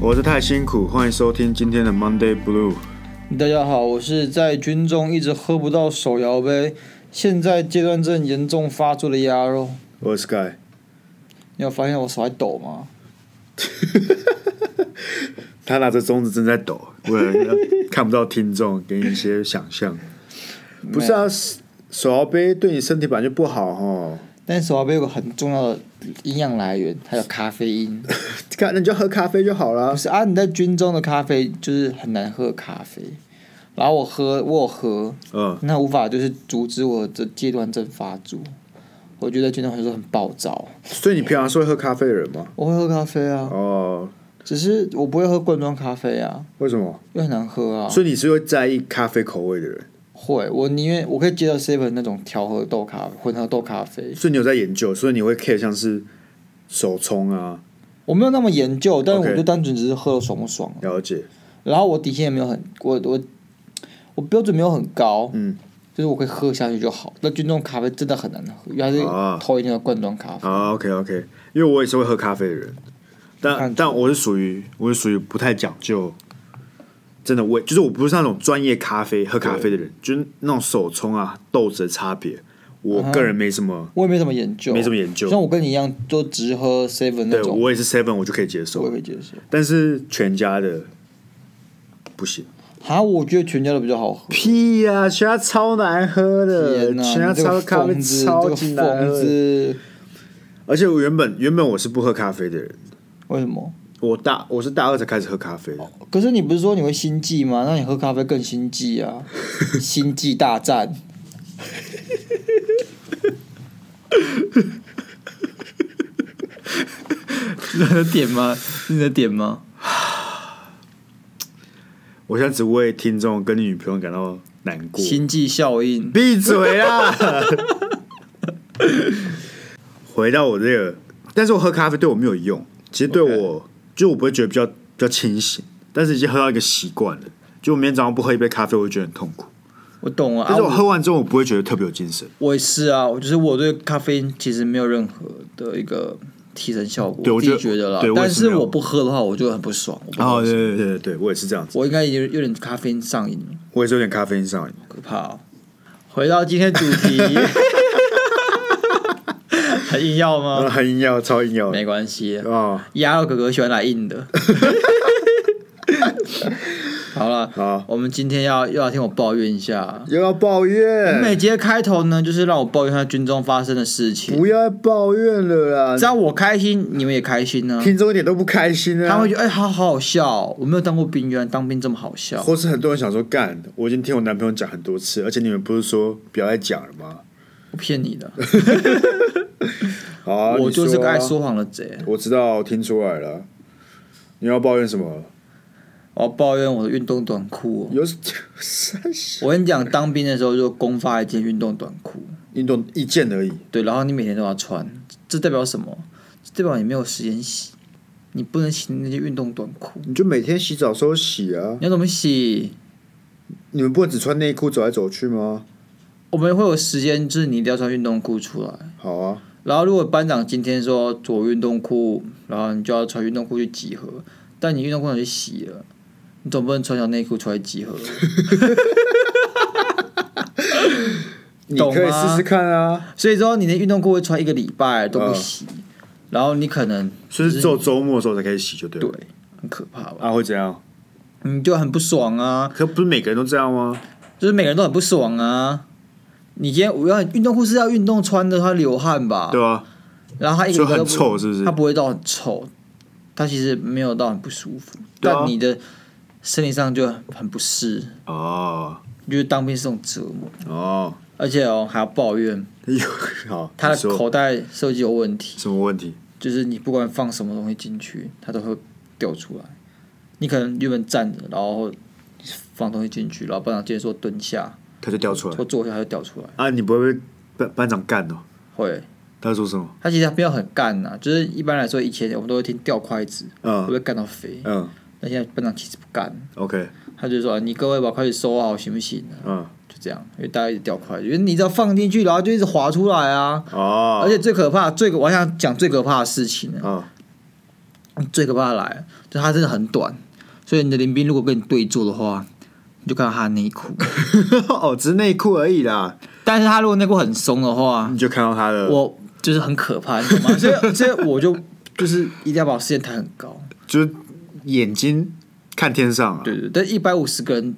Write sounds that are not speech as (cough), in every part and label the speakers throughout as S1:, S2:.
S1: 活得太辛苦，欢迎收听今天的 Monday Blue。
S2: 大家好，我是在军中一直喝不到手摇杯，现在阶段症严重发作的鸭肉。
S1: 我是 Sky，
S2: 你有发现我手还抖吗？
S1: 他拿着中指正在抖，为了要看不到听众，给你一些想象。不是啊，手摇杯对你身体本来就不好哦。
S2: 但手摇杯有个很重要的营养来源，还有咖啡因。
S1: 看，那你就喝咖啡就好
S2: 不
S1: 了。
S2: 是啊，你在军中的咖啡就是很难喝咖啡，然后我喝，我有喝，
S1: 嗯，
S2: 那无法就是阻止我的阶段症发作。我觉得在军中还是很暴躁，
S1: 所以你平常是会喝咖啡的人吗？
S2: 我会喝咖啡啊，
S1: 哦，
S2: 只是我不会喝罐装咖啡啊，
S1: 为什么？
S2: 又很难喝啊。
S1: 所以你是会在意咖啡口味的人，
S2: 会，我宁愿我可以接受 seven 那种调和豆咖混合豆咖啡，
S1: 所以你有在研究，所以你会 care 像是手冲啊，
S2: 我没有那么研究，但是
S1: OK
S2: 我就单纯只是喝了爽不爽。
S1: 了解。
S2: 然后我底线也没有很，我我我标准没有很高，
S1: 嗯，
S2: 就是我可以喝下去就好。那军中咖啡真的很难喝，因为它
S1: 啊
S2: 是头一天的罐装咖啡。
S1: 啊，OK OK，因为我也是会喝咖啡的人，但
S2: 看
S1: 但我是属于我是属于不太讲究，真的味，就是我不是那种专业咖啡喝咖啡的人，就是那种手冲啊豆子的差别，我
S2: 嗯
S1: 个人没什么，
S2: 我也没什么研究，
S1: 没什么研究
S2: 像我跟你一样，都只喝 seven 那
S1: 对
S2: 种，
S1: 我也是 seven 我就可以接
S2: 我也
S1: 受，
S2: 可以接受。
S1: 但是全家的不行，
S2: 啊，我觉得全家的比较好喝。
S1: 屁呀、全家超难喝的，
S2: 天呐，
S1: 呃全家
S2: 你这
S1: 超
S2: 个
S1: 咖啡
S2: 疯子，
S1: 超级
S2: 这个
S1: 难
S2: 疯
S1: 喝的，
S2: 子，
S1: 而且我原本原本我是不喝咖啡的人，
S2: 为什么？
S1: 我大我是大二才开始喝咖啡的。
S2: 可是你不是说你会心悸吗？那你喝咖啡更心悸 (laughs) 啊！心悸大战， (laughs) 你的点吗？你的点吗？
S1: 我现在只为听众跟你女朋友感到难过。
S2: 心悸效应，
S1: 闭嘴啊啦！回到我这个，但是我喝咖啡对我没有用，其实对我就我不会觉得比较比较清醒，但是已经喝到一个习惯了。就我明天早上不喝一杯咖啡，我会觉得很痛苦。
S2: 我懂了
S1: 但
S2: 啊
S1: 是我喝完之后，我不会觉得特别有精神。
S2: 我也是啊，我就是我对咖啡因其实没有任何的一个提神效果，
S1: 对我
S2: 自己
S1: 觉得
S2: 觉得啦
S1: 对。我也
S2: 但
S1: 是没
S2: 是
S1: 有
S2: 我不喝的话，我就很不爽。我不
S1: 哦，
S2: 喝
S1: 对对对对对，我也是这样子，
S2: 我应该已经有点咖啡因上瘾了。
S1: 我也是有点咖啡因上瘾。
S2: 可怕、哦。回到今天主
S1: (laughs)
S2: 题，很硬要吗？
S1: 啊很硬要，超硬啊要的
S2: 没关系，
S1: 哦，
S2: 鸭肉哥哥喜欢来
S1: (laughs)
S2: 硬的。好了，
S1: 好嗯
S2: 我们今天要又要听我抱怨一下。
S1: 又要抱
S2: 每
S1: 怨，
S2: 节开头呢，就是让我抱怨一下军中发生的事情，
S1: 不要再抱怨了
S2: 只
S1: 啦！
S2: 要我开心，你们也开心呢、
S1: 听众一点都不开心啊！
S2: 他会觉得哎、好好好笑哦、我没有当过兵，原来当兵这么好笑。
S1: 或是很多人想说，干，我已经听我男朋友讲很多次，而且你们不是说不要再讲了吗？
S2: 我骗你的，
S1: 好啊、
S2: 我
S1: 你说啊
S2: 就是个爱，说谎的贼。
S1: 我知道，我听出来了。你要抱怨什么？
S2: 我要抱怨我的运动短裤、哦。
S1: 有三十
S2: 我跟你讲，当兵的时候就公发一件运动短裤，
S1: 运动一件而已，
S2: 对，然后你每天都要穿，这代表什么？这代表你没有时间洗，你不能洗那些运动短裤，
S1: 你就每天洗澡时候洗啊
S2: 你。要怎么洗？
S1: 你们不能只穿内裤走来走去吗？
S2: 我们会有时间，就是你一定要穿运动裤出来。
S1: 好啊，
S2: 然后如果班长今天说着运动裤，然后你就要穿运动裤去集合，但你运动裤拿去洗了，你总不能穿条内裤出来集合。
S1: 你
S2: 懂吗
S1: 可以试试看啊。
S2: 所以说你的运动裤会穿一个礼拜都不洗，然后你可能
S1: 所以是只有周末的时候才可以洗，就对了。
S2: 对，很可怕吧？
S1: 啊，会怎样？
S2: 你就很不爽啊。
S1: 可不是每个人都这样吗？
S2: 就是每个人都很不爽啊。你今天我要运动裤是要运动穿的，他流汗吧？
S1: 对啊，
S2: 然后他一个
S1: 就
S2: 礼拜
S1: 很
S2: 都不
S1: 臭，是不是
S2: 他？不会到很臭，他其实没有到很不舒服，
S1: 对啊
S2: 但你的身体上就很不适，
S1: 哦
S2: 就是当兵是种折磨，
S1: 哦，
S2: 而且哦还要抱怨
S1: 有好，
S2: 他的
S1: 你说
S2: 口袋设计有问题，
S1: 什么问题？
S2: 就是你不管放什么东西进去，它都会掉出来。你可能原本站着，然后放东西进去，然后班长今天说蹲下
S1: 他就掉出来
S2: 或坐下，它就掉出来。
S1: 啊！你不会被班班长干哦？
S2: 会，
S1: 他说什么？
S2: 他其实没有很干呐、就是一般来说，以前我们都会听掉筷子，会
S1: 嗯
S2: 被干到肥。
S1: 嗯
S2: 那现在班长其实不干，
S1: ，OK，
S2: 他就说：“你各位把筷子收好，行不行、啊
S1: 嗯，？”
S2: 就这样，因为大家一直掉快，因为你只要放进去，然后就一直滑出来啊。
S1: 哦，
S2: 而且最可怕，最我还想讲最可怕的事情呢，
S1: 啊，嗯
S2: 最可怕的来了，就它真的很短，所以你的林兵如果跟你对坐的话，你就看到他的内
S1: (laughs)
S2: 裤，
S1: (laughs) 哦，只是内裤而已啦，
S2: 但是他如果内裤很松的话，
S1: 你就看到他的，
S2: 我就是很可怕，你懂吗？所以所以我就就是一定要把我视线抬很高，
S1: 就是眼睛看天上啊，
S2: 对对，但一百五十个人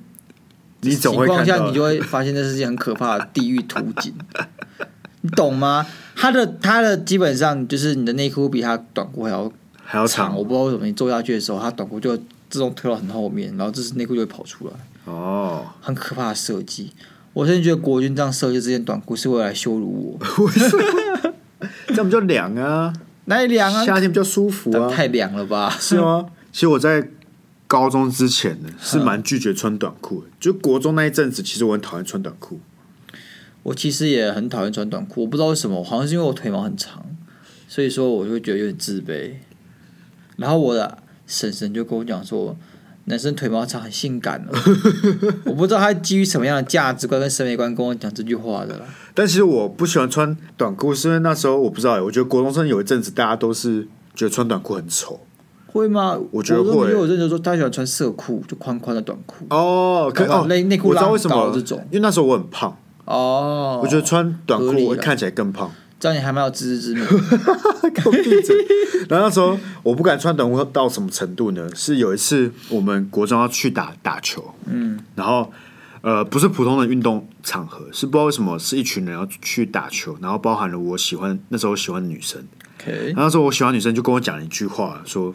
S1: 你总会
S2: 情况
S1: 看
S2: 下，
S1: 到
S2: 你就会发现这是件很可怕的地狱图景，你懂吗？它的它的基本上就是你的内裤比它短裤还要
S1: 还要
S2: 长，
S1: 长
S2: 我不知道为什么你坐下去的时候，它短裤就会自动推到很后面，然后这是内裤就会跑出来，
S1: 哦，
S2: 很可怕的设计。我甚至觉得国军这样设计这件短裤是为了来羞
S1: (laughs)
S2: 辱我，
S1: 这样比较凉啊，
S2: 哪里凉啊？
S1: 夏天比较舒服啊，
S2: 太凉了吧？
S1: 是吗？其实我在高中之前呢，是蛮拒绝穿短裤的，就国中那一阵子，其实我很讨厌穿短裤，
S2: 我其实也很讨厌穿短裤，我不知道为什么，好像是因为我腿毛很长，所以说我就会觉得有点自卑。然后我的婶婶就跟我讲说，男生腿毛长很性感
S1: (laughs)
S2: 哦，我不知道他基于什么样的价值观跟审美观跟我讲这句话的啦。
S1: 但其实我不喜欢穿短裤，是因为那时候我不知道欸，我觉得国中生有一阵子大家都是觉得穿短裤很丑
S2: 会吗？
S1: 我觉得会
S2: 我都没有认真说，他喜欢穿色裤，就宽宽的短裤。
S1: 哦，可
S2: 可
S1: 哦
S2: 内内裤
S1: 我知道
S2: 拉
S1: 为什么
S2: 高这种
S1: 因为那时候我很胖，
S2: 哦，
S1: 我觉得穿短
S2: 合
S1: 裤
S2: 理啊
S1: 我
S2: 啦
S1: 看起来更
S2: (laughs)
S1: 胖，
S2: 这样你还蛮有自
S1: (laughs)
S2: 知之明。
S1: 给我闭嘴。然后那时候我不敢穿短裤到什么程度呢？是有一次我们国中要去打打球，嗯，然后呃不是普通的运动场合，是不知道为什么是一群人要去打球，然后包含了我喜欢那时候我喜欢的女生，
S2: OK，
S1: 然后那时候我喜欢的女生就跟我讲了一句话，说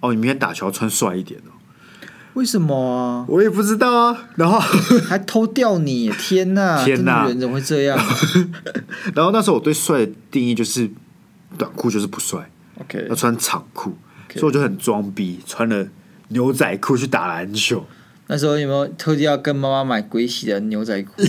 S1: 哦你明天打球要穿帅一点哦，
S2: 为什么啊？
S1: 我也不知道啊，然后。 (laughs)
S2: 还偷掉你？天哪！
S1: 天哪
S2: 这女人怎么会这样
S1: 然后那时候我对帅的定义就是短裤就是不帅，
S2: ？OK，
S1: 要穿长裤所以我就很装逼，穿了牛仔裤去打篮球。
S2: 那时候有没有特地要跟妈妈买鬼洗的
S1: (laughs)
S2: 牛仔裤？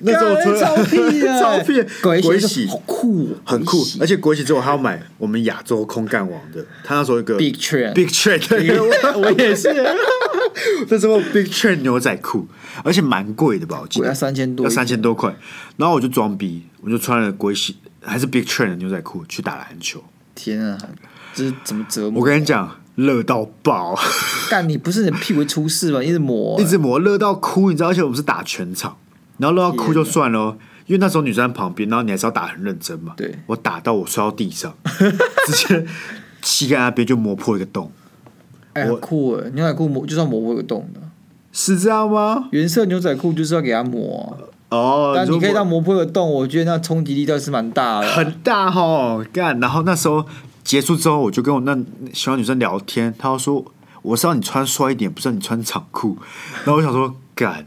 S1: 那时候我
S2: 干
S1: 穿
S2: 超屁的，
S1: 超屁的
S2: 鬼洗
S1: 鬼
S2: 是
S1: 洗
S2: 好酷哦，
S1: 很酷
S2: 鬼，洗
S1: 而且国企之后还要买我们亚洲空干网的，他那时候有一个
S2: Big Trend
S1: Big Trend，
S2: (laughs) 我也是，
S1: (laughs) 那时候 Big Trend 牛仔裤，而且蛮贵的吧？我记
S2: 要
S1: 得
S2: 三千多
S1: 要，三千多块。然后我就装逼，我就穿了国企还是 Big Trend 的牛仔裤去打篮球。
S2: 天啊，这是怎么折
S1: 我
S2: 磨？
S1: 跟你讲，热到
S2: (laughs)
S1: 爆。
S2: 干你不是你屁股会出事吗？一直啊磨
S1: 一，直磨，热到哭，你知道？而且我们是打全场，然后热到哭就算了哦，因为那时候女生在旁边，然后你还是要打很认真嘛。
S2: 对
S1: 我打到我摔到地
S2: (laughs)
S1: 上，直接膝盖那边就磨破一个洞，
S2: 哎，很酷哎，牛仔裤磨就算磨破个洞的，
S1: 是这样吗？
S2: 原色牛仔裤就是要给它磨啊，
S1: 哦，
S2: 但你
S1: 说
S2: 可以
S1: 磨
S2: 让磨破个洞，我觉得那冲击力倒是蛮大的。
S1: 很大吼干，然后那时候结束之后，我就跟我那喜欢女生聊天，她就说我是要你穿帅一点，不是要你穿长裤，然后我想说干，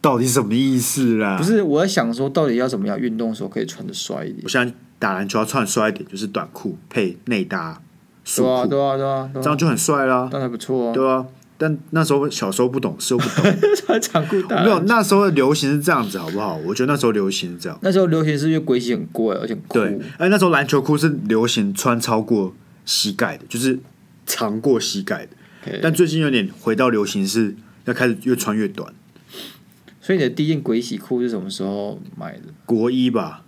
S1: 到底什么意思啦？
S2: 不是，我在想说，到底要怎么样运动的时候可以穿的帅一点
S1: 我？现在打篮球要穿帅一点，就是短裤配内搭束
S2: 对啊，
S1: 裤，
S2: 对啊，对啊，对
S1: 这
S2: 啊
S1: 样就很帅啦，
S2: 当然不错啊。 (laughs)
S1: 对啊。但那时候小时候不懂事，又不懂，
S2: 穿长裤打篮
S1: 没有那时候的流行是这样子，好不好？我觉得那时候流行是这样，
S2: 那时候流行是因为鬼洗很贵，而且很酷。
S1: 对。哎，那时候篮球裤是流行穿超过膝盖的，就是长过膝盖的。
S2: OK
S1: 但最近有点回到流行是要开始越穿越短，
S2: 所以你的第一件鬼洗裤是什么时候买的？
S1: 国一吧，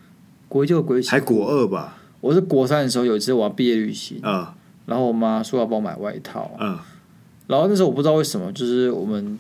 S2: 国一就有鬼洗
S1: 还，国二吧，
S2: 我是国三的时候有一次我要毕业旅行，
S1: 啊、
S2: 然后我妈说要帮我买外套，
S1: 嗯
S2: 然后那时候我不知道为什么，就是我们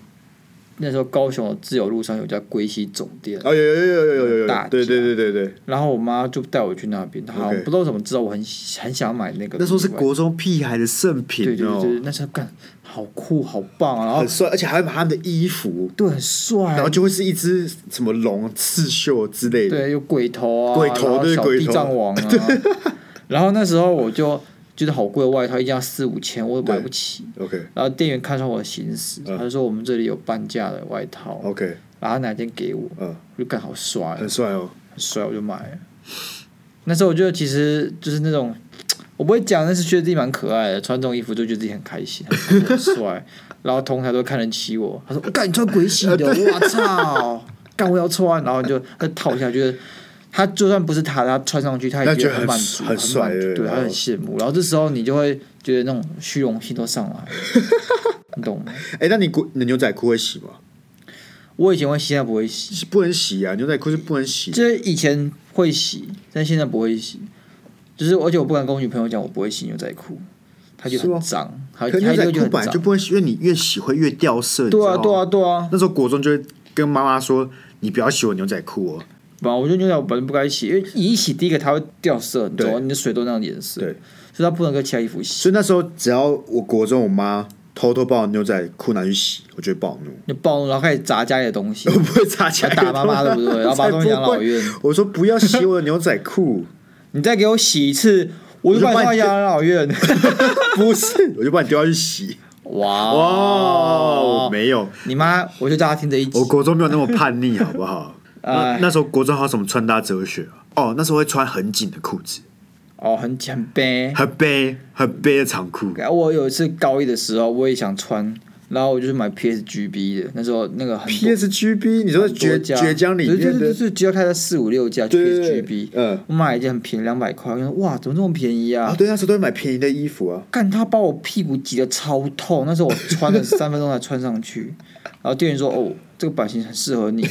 S2: 那时候高雄的自由路上有一家鬼洗总店，
S1: 哦有有有有有有有，
S2: 大家
S1: 对对对对对，
S2: 然后我妈就带我去那边，她好像
S1: OK
S2: 不知道怎么知道我很很想买那个，
S1: 那时候是国中屁孩的圣品
S2: 对对
S1: 哦，
S2: 对对，那时候干好酷好棒啊，然后
S1: 很帅，而且还会买他们的衣服，
S2: 对很帅，啊
S1: 然后就会是一只什么龙、刺绣之类的。
S2: 对，有鬼头啊，
S1: 鬼头
S2: 然后
S1: 对
S2: 小
S1: 鬼
S2: 地
S1: 头 (laughs)
S2: 藏王啊。然后那时候我就觉得好贵的外套，一件要四五千，我买不起。
S1: OK
S2: 然后店员看穿我的心思，
S1: 嗯
S2: 他就说我们这里有半价的外套，
S1: OK，
S2: 然后哪件给我，
S1: 嗯，
S2: 我就刚好帅，
S1: 很帅哦。
S2: 很帅，我就买了。那时候我觉得其实就是那种，我不会讲，但是觉得自己蛮可爱的，穿这种衣服就觉得自己很开心，很帅。 (laughs) 然后同台都看得起我，他说：“我干，你穿鬼洗的，我操，干我要穿。”然后就他套一下，觉得他就算不是他，他穿上去他也
S1: 那
S2: 觉
S1: 觉
S2: 得
S1: 得
S2: 很
S1: 很
S2: 满足，
S1: 很帅
S2: 满足
S1: 对
S2: 对，
S1: 然
S2: 他
S1: 后
S2: 很羡慕。然后这时候你就会觉得
S1: (laughs)
S2: 那种虚荣心都上来了，你懂吗？
S1: 哎，那你国你的牛仔裤会洗吗？
S2: 我以前会洗，现在不会洗。
S1: 不能洗啊，牛仔裤是不能洗。
S2: 就是以前会洗，但现在不会洗。就是而且我不敢跟我女朋友讲我不会洗牛仔裤，她觉得
S1: 是吗
S2: 很脏，她
S1: 可
S2: 她
S1: 牛
S2: 觉
S1: 仔
S2: 得
S1: 裤
S2: 很
S1: 本来就
S2: 脏。
S1: 不会洗，因为你越洗会越掉色。你
S2: 对
S1: 知道
S2: 啊，
S1: 吗
S2: 对啊，。对啊。
S1: 那时候国中就会跟妈妈说：“你不要洗我牛仔裤哦。
S2: 吧，我觉得牛仔本来不该洗，因为你一洗，第一个它会掉色，你知道吗
S1: 对
S2: 你的水都那样的颜色，
S1: 对
S2: 所以它不能跟其他衣服”洗。
S1: 所以那时候只要我国中，我妈偷偷把我牛仔裤拿去洗，我就会暴怒，
S2: 你暴怒，然后开始砸家里的东
S1: (laughs)
S2: 西
S1: 我，不会擦起
S2: 要
S1: 来
S2: 打妈妈，对
S1: (laughs)
S2: 不对？然后把东西养老。
S1: 我才不会
S2: 院，
S1: 我说不要洗我的牛仔裤，
S2: 你再给我洗一次，我就把你放养老
S1: (laughs)
S2: 院。
S1: 不是，我就把你丢下去洗。
S2: (laughs) 哇
S1: 哦，我没有，
S2: 你妈，我就叫她听这一集
S1: 我。国中没有那么叛逆，好不好？那
S2: 哎
S1: 那时候国中还有什么穿搭哲学啊？哦，那时候会穿很紧的裤子，
S2: 哦，很很悲。
S1: 很背很背的长裤，
S2: 我有一次高一的时候，我也想穿，然后我就是买 PSGB 的，那时候那个很多
S1: PSG，你说
S2: 多
S1: 绝
S2: 家
S1: 绝江里面
S2: 对对对
S1: 的，
S2: 对，绝江开了四五六家
S1: 对对对
S2: PSGB，
S1: 嗯
S2: 我买了一件很便宜，两百块，我想哇，怎么这么便宜
S1: 啊，
S2: 啊？
S1: 对，那时候都会买便宜的衣服啊。
S2: 干他把我屁股挤得超痛，那时候我穿
S1: (laughs)
S2: 了三分钟才穿上去，然后店员说哦，这个版型很
S1: (laughs)
S2: 适合你，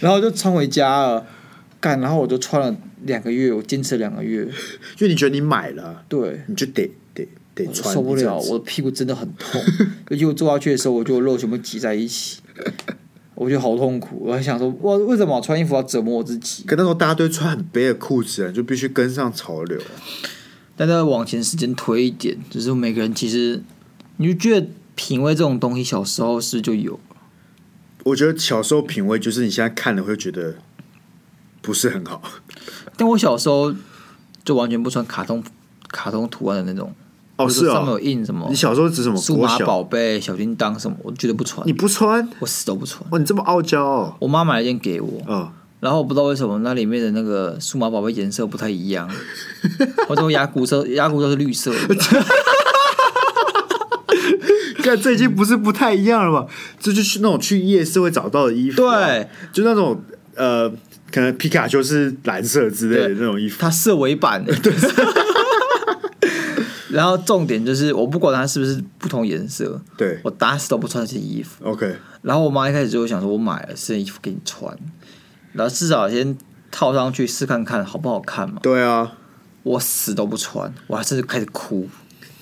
S2: 然后就穿回家了，干，然后我就穿了两个月，我坚持了两个月，
S1: 因为你觉得你买了啊，
S2: 对。
S1: 你就得得得
S2: 我
S1: 穿，
S2: 受不
S1: 你这
S2: 了，
S1: 样子
S2: 我的屁股真的很痛， (laughs) 尤其我坐下去的时候，我就肉全部挤在一起， (laughs) 我觉得好痛苦。我还想说，哇，为什么我穿衣服要折磨我自己？
S1: 可那时候大家都会穿很背的裤子啊，你就必须跟上潮流啊。
S2: 但再往前时间推一点，就是每个人其实，你就觉得品味这种东西，小时候是不是就有，
S1: 我觉得小时候品味就是你现在看了会觉得不是很好，
S2: 但我小时候就完全不穿卡通卡通图案的那种，
S1: 哦
S2: 比
S1: 是
S2: 如说上面
S1: 哦
S2: 有，印什么
S1: 你小时候指什么？
S2: 数
S1: 国
S2: 码
S1: 小
S2: 宝贝、小叮当什么，我绝对不穿
S1: 你，不穿？
S2: 我死都不穿。
S1: 哇，你这么傲娇哦！
S2: 我妈买了一件给我，
S1: 嗯，
S2: 然后我不知道为什么那里面的那个数码宝贝颜色不太一样，或者说牙骨色，牙骨色是绿色的，
S1: (laughs) 看这已经不是不太一样了吧？这就是那种去夜市会找到的衣服、啊，
S2: 对，
S1: 就那种呃，可能皮卡丘是蓝色之类的
S2: 对
S1: 那种衣服，
S2: 它色违版的。对。 (laughs) 然后重点就是，我不管它是不是不同颜色，
S1: 对
S2: 我打死都不穿这些衣服。
S1: ，OK，
S2: 然后我妈一开始就想说，我买了这件衣服给你穿，然后至少先套上去试看看好不好看嘛。
S1: 对啊，
S2: 我死都不穿，我还甚至开始哭。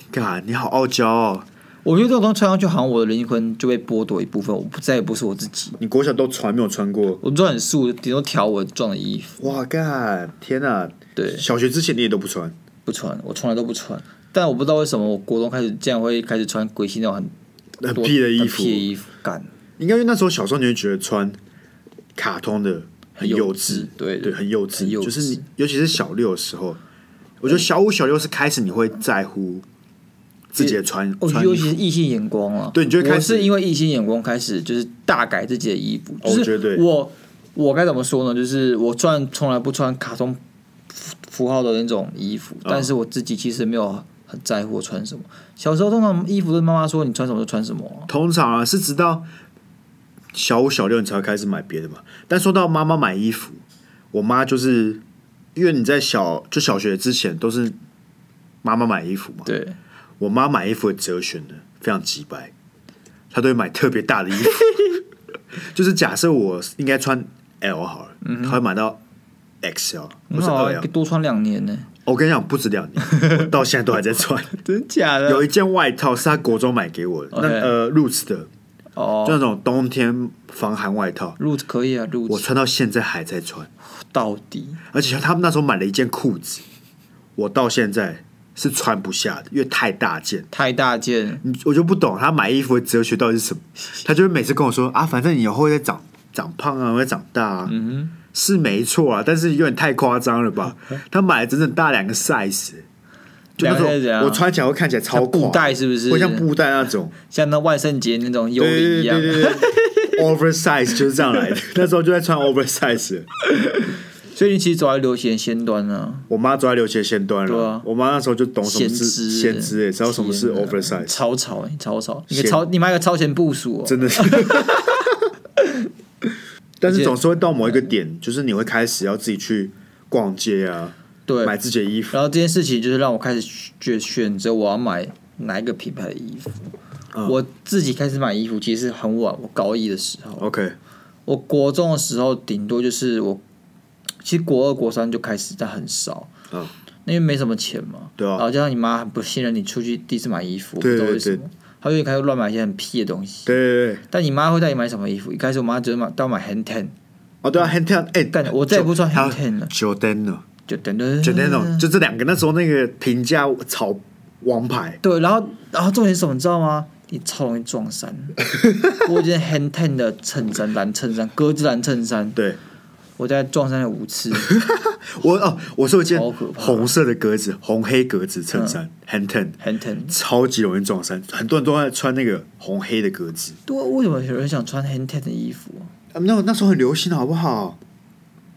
S1: 嘎，你好傲娇哦！
S2: 我觉得这种东西穿上去，好像我的灵魂就被剥夺一部分，我不再也不是我自己。
S1: 你国小都穿没有穿过？
S2: 我穿很素，顶多条纹状的衣服
S1: 哇，干，天哪、
S2: 对
S1: 小学之前你也都不穿，
S2: 不穿，我从来都不穿。但我不知道为什么，我国中开始竟然会开始穿鬼系那种
S1: 很
S2: 很多
S1: 屁的衣
S2: 很
S1: 服
S2: 屁，的衣服，干
S1: 应该因为那时候小时候你会觉得穿卡通的很幼稚
S2: 稚，，对
S1: 对，很幼稚，
S2: 很幼
S1: 就是你，尤其是小六的时候，我觉得小五、小六是开始你会在乎自己的穿
S2: 我觉
S1: 穿
S2: 哦得尤
S1: 衣
S2: 其
S1: 服，
S2: 是异性眼光了，
S1: 对你就会开
S2: 我
S1: 始
S2: 是因为异性眼光开始就是大改自己的衣服，
S1: 哦
S2: 就
S1: 绝对
S2: 是我我该怎么说呢？就是我虽然从来不穿卡通符符号的那种衣服，
S1: 啊
S2: 但是我自己其实没有很在乎我穿什么。小时候通常衣服都是妈妈说你穿什么就穿什么啊、
S1: 通常啊是直到小五、小六你才会开始买别的嘛。但说到妈妈买衣服，我妈就是因为你在小就小学之前都是妈妈买衣服嘛，
S2: 对，
S1: 我妈买衣服的哲学呢非常直白，她都会买特别大的衣服， (laughs) 就是假设我应该穿 L 好了，她会买到 XL 或
S2: 嗯很
S1: 是
S2: 好
S1: 二
S2: 啊，可
S1: L
S2: 以。多穿两
S1: (laughs)
S2: 年呢、
S1: 我跟你讲，不止两年，我到现在都还在
S2: (laughs)
S1: 穿。
S2: 真假的
S1: 有一件外套是她国中买给我的，那
S2: OK
S1: 呃 Roots 的，就
S2: 哦
S1: 那种冬天防寒外套，
S2: ，root 可以啊
S1: 我
S2: ，root
S1: 穿到现在还在穿，
S2: 到底
S1: 而且他们那时候买了一件裤子，我到现在是穿不下的，因为太大件。
S2: 太大件，
S1: 你我就不懂他买衣服的哲学到底是什么。他就会每次跟我说啊，反正你以后会长长胖啊，会长大啊，
S2: 嗯
S1: 是没错啊，但是有点太夸张了
S2: (laughs)
S1: 吧？他买了整整大两个 size，就那
S2: 两个 size 怎
S1: 种
S2: 样
S1: 我穿起来会看起来超
S2: 像
S1: 垮
S2: 布袋是不是
S1: 会像布袋那种，
S2: 哼，像那万圣节那种幽灵
S1: 对对
S2: 一样
S1: 对，对对，oversize 就是这样来的。那时候就在穿 oversize，
S2: (laughs) 所以你其实走在流行的先端啊，
S1: 我妈走在流行线端
S2: 对
S1: 了，
S2: 啊
S1: 我妈那时候就懂什么
S2: 先
S1: 是
S2: 知
S1: 先知、欸，知道什么是
S2: 天哪
S1: oversize，
S2: (laughs) 超潮欸，超潮，你
S1: 先
S2: 个超，你买个超前部署、哦，
S1: 真的是。 (laughs) 但是总是会到某一个点，就是你会开始要自己去逛街啊，
S2: 对。
S1: 买自己的衣服。
S2: 然后这件事情就是让我开始选选择我要买哪一个品牌的衣服，
S1: 嗯
S2: 我自己开始买衣服其实很晚，我高一的时候，
S1: OK，
S2: 我国中的时候顶多就是我，其实国二国三就开始，但很少，
S1: 嗯
S2: 因为没什么钱嘛，
S1: 对啊
S2: 然后加上你妈很不信任你出去第一次买衣服，我不
S1: 对
S2: 知道为
S1: 对
S2: 什
S1: 对
S2: 么，她就开始乱买一些很屁的东西。
S1: 对对对，
S2: 但你妈会带你买什么衣服？一开始我妈只会买带我买 hand ten，
S1: 哦对啊，hand ten，哎，
S2: 但我再也不穿嗯 hand ten 了，
S1: ，Jordan 了
S2: 就等等
S1: ，Jordan 了，就这两个那时候那个评价炒王牌，
S2: 对，然后然后重点是什么，你知道吗？你超容易撞衫。我有一件 hand ten 的衬衫，蓝衬衫，格子蓝衬衫，
S1: 对
S2: 我在撞衫了五次。
S1: 我哦，我是有一件
S2: 超可怕嗯
S1: 红色的格子，红黑格子衬衫，hand ten。
S2: hand ten，
S1: 超级容易撞衫，很多人都在穿那个红黑的格子。
S2: 对啊，为什么有人想穿 hand ten 的衣服啊？
S1: 啊那那时候很流行，好不好？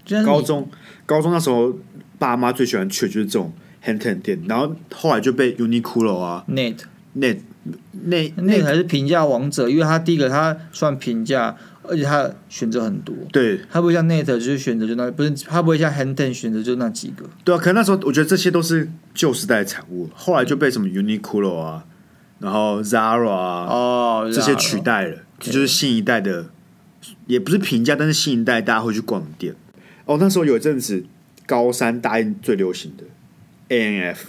S2: 就像是你
S1: 高中高中那时候，爸妈最喜欢去的就是这种 hand ten 店，然后后来就被 Uniqlo 啊、
S2: net
S1: 那那
S2: 那个
S1: 那
S2: 才是评价王者，因为他第一个他算评价，而且他选择很多，
S1: 对
S2: 他不会像 Net 就是选择就那不是，他不会像 Handen 选择就那几个。
S1: 对啊，可能那时候我觉得这些都是旧时代的产物，后来就被什么 Uniqlo 啊，然后 Zara 啊、
S2: 哦，
S1: 这些取代了，这就是新一代的，也不是评价，但是新一代大家会去逛的店。哦，那时候有一阵子高三大一最流行的 A N F。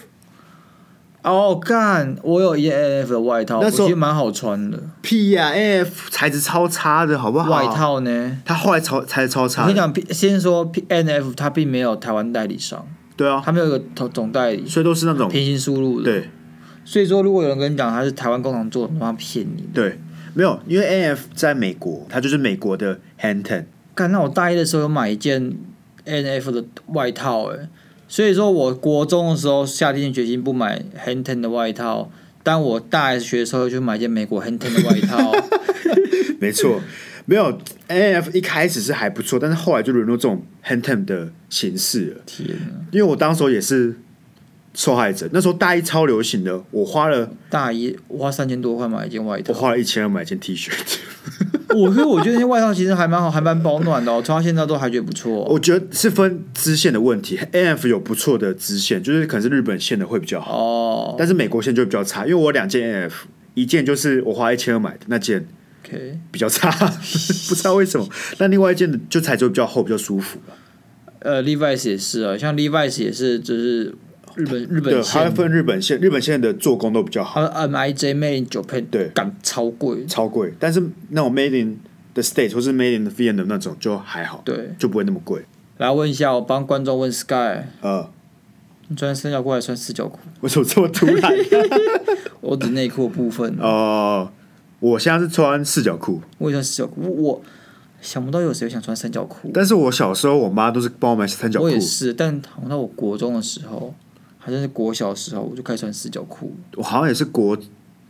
S2: 哦，干，我有 E N F 的外套，
S1: 那
S2: 我
S1: 时候
S2: 觉得蛮好穿的。
S1: 屁呀、a f 材质超差的好不好？
S2: 外，套呢，
S1: 它后来超材质超
S2: 我
S1: 差
S2: 跟你
S1: 的，
S2: 讲，P- 先说 P N F 它并没有台湾代理商，
S1: 对啊，
S2: 它没有一个总总代理，
S1: 所以都是那种
S2: 平行输入的。
S1: 对
S2: 所以说，如果有人跟你讲它是台湾工厂做的，他妈骗你的。
S1: 对，没有，因为 A F 在美国，它就是美国的 hand ten，
S2: 干，那我大一的时候有买一件 N F 的外套、欸，所以说我国中的时候下定决心不买 Hanten 的外套，但我大学的时候就买一件美国 Hanten 的外套，
S1: 没错，没有 A F 一开始是还不错，但是后来就沦落这种 hand ten 的形式了。
S2: 天啊！
S1: 因为我当时候也是受害者，那时候大一超流行的，我花了
S2: (laughs) 大一我花三千多块买一件外
S1: 我
S2: 套，
S1: 花了一千二买一件 T 恤，
S2: 我可是我觉得那件外套其实还蛮好，还蛮保暖的、哦，我穿到现在都还觉得不错、
S1: 我觉得是分支线的问题，A F 有不错的支线，就是可能是日本线的会比较好。
S2: 哦。
S1: 但是美国线就会比较差，因为我有两件 N F，一件就是我花一千二买的那件
S2: OK，
S1: 比较差， (laughs) 不知道为什么。那另外一件就材质比较厚，比较舒服。
S2: 呃，Levi's 也是啊，像 Levi's 也是，就是日本日
S1: 对，
S2: 本
S1: 它会
S2: 线，
S1: 分日本线，日本线的做工都比较好，
S2: 还有 M I J Made in Japan，
S1: 对
S2: 干超贵，
S1: 超贵。但是那种 Made in the States 或是 Made in Vietnam 的那种就还好，
S2: 对。
S1: 就不会那么贵。
S2: 来问一下，我帮观众问 Sky，
S1: 呃，
S2: 你穿三角裤还是穿四角裤？
S1: 为什么这么突
S2: (laughs)
S1: 然？
S2: 我指内裤的部分，
S1: 哦、我现在是穿四角裤，
S2: 我也穿四角裤。我我想不到有谁想穿三角裤，
S1: 但是我小时候我妈都是帮我买三角裤
S2: 我，也是。但好像到我国中的时候，好像是国小的时候，我就开始穿四角裤。
S1: 我好像也是国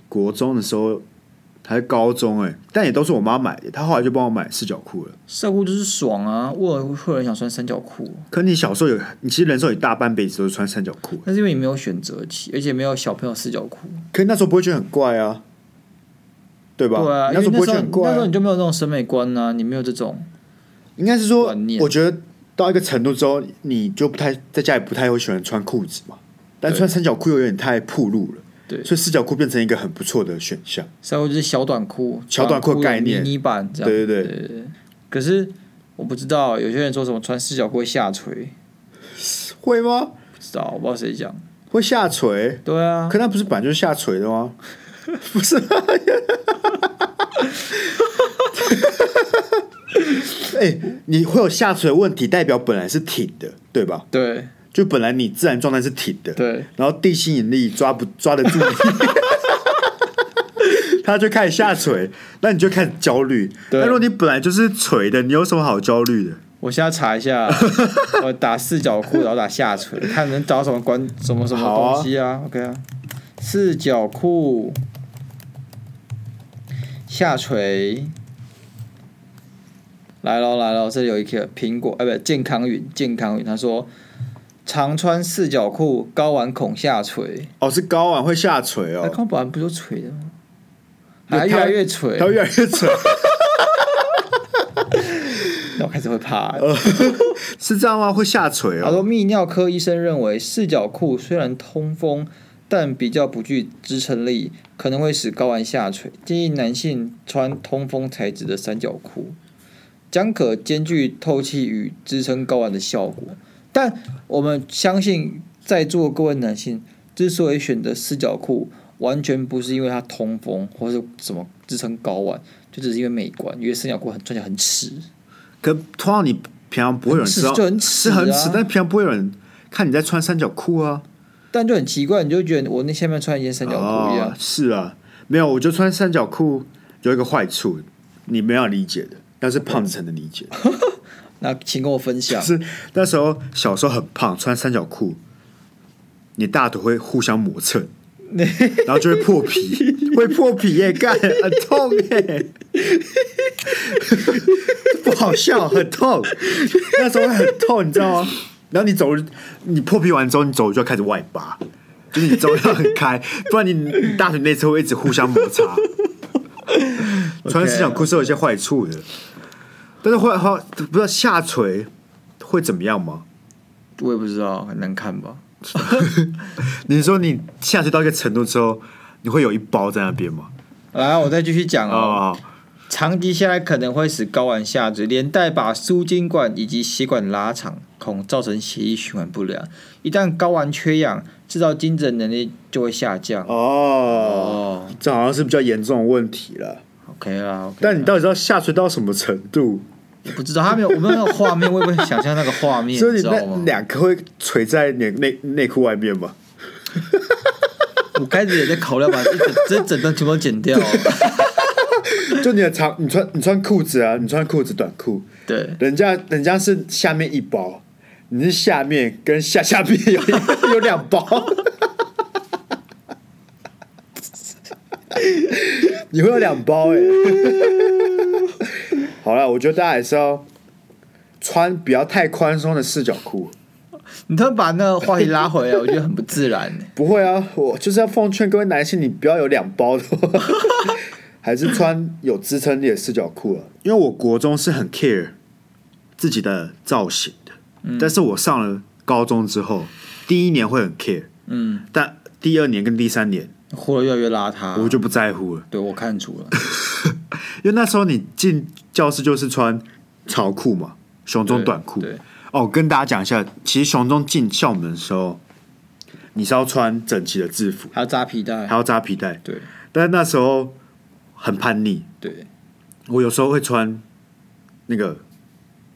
S1: 国中的时候，还是高中哎、但也都是我妈买的，她后来就帮我买四角裤了。
S2: 四角裤就是爽啊！我会有人想穿三角裤，
S1: 可你小时候有，你其实人生有一大半辈子都是穿三角裤，
S2: 但是因为你没有选择期，而且没有小朋友四角裤，
S1: 可你那时候不会觉得很怪啊，对吧？
S2: 对啊，
S1: 你
S2: 因
S1: 那时
S2: 为
S1: 候不会
S2: 那时
S1: 觉得
S2: 候
S1: 很怪
S2: 那时
S1: 啊、
S2: 候你就没有那种审美观啊，你没有这种
S1: 应该是说
S2: 观，念
S1: 我觉得到一个程度之后，你就不太在家里不太会喜欢穿裤子嘛，但
S2: 对
S1: 穿三角裤有点太暴露了，
S2: 对
S1: 所以四角裤变成一个很不错的选项。
S2: 三角裤就是小短裤，
S1: 小短裤的概念
S2: 迷你版这样。
S1: 对对
S2: 对对对。可是我不知道，有些人说什么穿四角裤会下垂，
S1: 会吗？
S2: 不知道，我不知道谁讲。
S1: 会下垂？
S2: 对啊，
S1: 可那不是本来就是下垂的吗？ (laughs) 不 (laughs) 是。哎、你会有下垂的问题，代表本来是挺的，对吧？
S2: 对
S1: 就本来你自然状态是挺的，
S2: 对，
S1: 然后地心引力抓不抓得住你， (laughs) 它就开始下垂，那你就开始焦虑。
S2: 对
S1: 那如果你本来就是垂的，你有什么好焦虑的？
S2: 我现在查一 (laughs) 下，我打四角裤，然后打下垂，看能找到什么关什么什么
S1: 好啊
S2: 东西啊？OK 啊，四角裤下垂。来喽来喽，这里有一个苹果，哎，不，健康云，健康云，他说常穿四角裤，睾丸孔下垂，
S1: 哦，是睾丸会下垂
S2: 那
S1: 哦，
S2: 睾丸不就垂的吗？
S1: 对
S2: 还
S1: 它
S2: 越来越垂，
S1: 它会越来越 (laughs) 垂，
S2: 那我开始会怕了。
S1: 是这样吗？会下垂哦。
S2: 他说，泌尿科医生认为，四角裤虽然通风，但比较不具支撑力，可能会使睾丸下垂。建议男性穿通风材质的三角裤，将可兼具透气与支撑睾丸的效果。但我们相信在座各位男性之所以选择四角裤，完全不是因为它通风或是什么支撑睾丸，就只是因为美观，因为三角裤很穿起来很耻。
S1: 可通常你平常不会有人知道，
S2: 很耻就很耻
S1: 是很
S2: 啊
S1: 耻，但平常不会有人看你在穿三角裤啊。
S2: 但就很奇怪，你就觉得我那下面穿一件三角裤一样
S1: 哦，，是啊，没有，我就穿三角裤有一个坏处，你没有理解的，但是胖子才能理解。
S2: 那请跟我分享。
S1: 是那时候小时候很胖，穿三角裤，你大腿会互相磨蹭，然后就会破皮，会破皮耶、干很痛耶、不好笑，很痛，那时候会很痛，你知道吗？然后你走，你破皮完之后，你走路就要开始外八，就是你走路要很开，不然你你大腿内侧会一直互相摩擦。穿四角裤是有一些坏处的，但是坏坏不知道下垂会怎么样吗？
S2: 我也不知道，很难看吧？
S1: 你说你下垂到一个程度之后，你会有一包在那边吗？
S2: 来，啊我再继续讲哦。
S1: 啊、
S2: 长期下来可能会使睾丸下垂，连带把输精管以及血管拉长，恐造成血液循环不良。一旦睾丸缺氧，制造精子的能力就会下降。
S1: 哦，
S2: 哦
S1: 这好像是比较严重的问题了。
S2: ，OK 啦，OK 啦。
S1: 但你到底知道下垂到什么程度？
S2: 我不知道他没有，我没有那个画面，我也不会想象那个画面，
S1: 所
S2: 你
S1: 以
S2: 知
S1: 你
S2: 道
S1: 那
S2: 吗？
S1: 两颗会垂在你内内裤外面吗？
S2: 我开始也在考虑把这整这整段全部都剪掉。
S1: 就你的长，你穿你穿裤子啊，你穿裤子短裤，
S2: (laughs) 对，
S1: 人家人家是下面一包，你是下面跟下下面有一有两包，你会有两包哎、好了，我觉得大家还是要穿不要太宽松的四角裤。
S2: 你突然把那个话题拉回来，我觉得很不自然。
S1: 不会啊，我就是要奉劝各位男性，你不要有两包的 (laughs) 话，还是穿有支撑力的四角裤啊。因为我国中是很 care 自己的造型的，但是我上了高中之后，第一年会很 care，
S2: 嗯，
S1: 但第二年跟第三年
S2: 活得越来越邋遢，
S1: 我就不在乎了，
S2: 对我看出了。
S1: 因为那时候你进教室就是穿潮裤嘛，熊中短裤。
S2: 对，对
S1: 哦，跟大家讲一下，其实熊中进校门的时候，你是要穿整齐的制服，
S2: 还有扎皮带
S1: 还，要扎皮带。
S2: 对
S1: 但是那时候很叛逆，
S2: 对，
S1: 我有时候会穿那个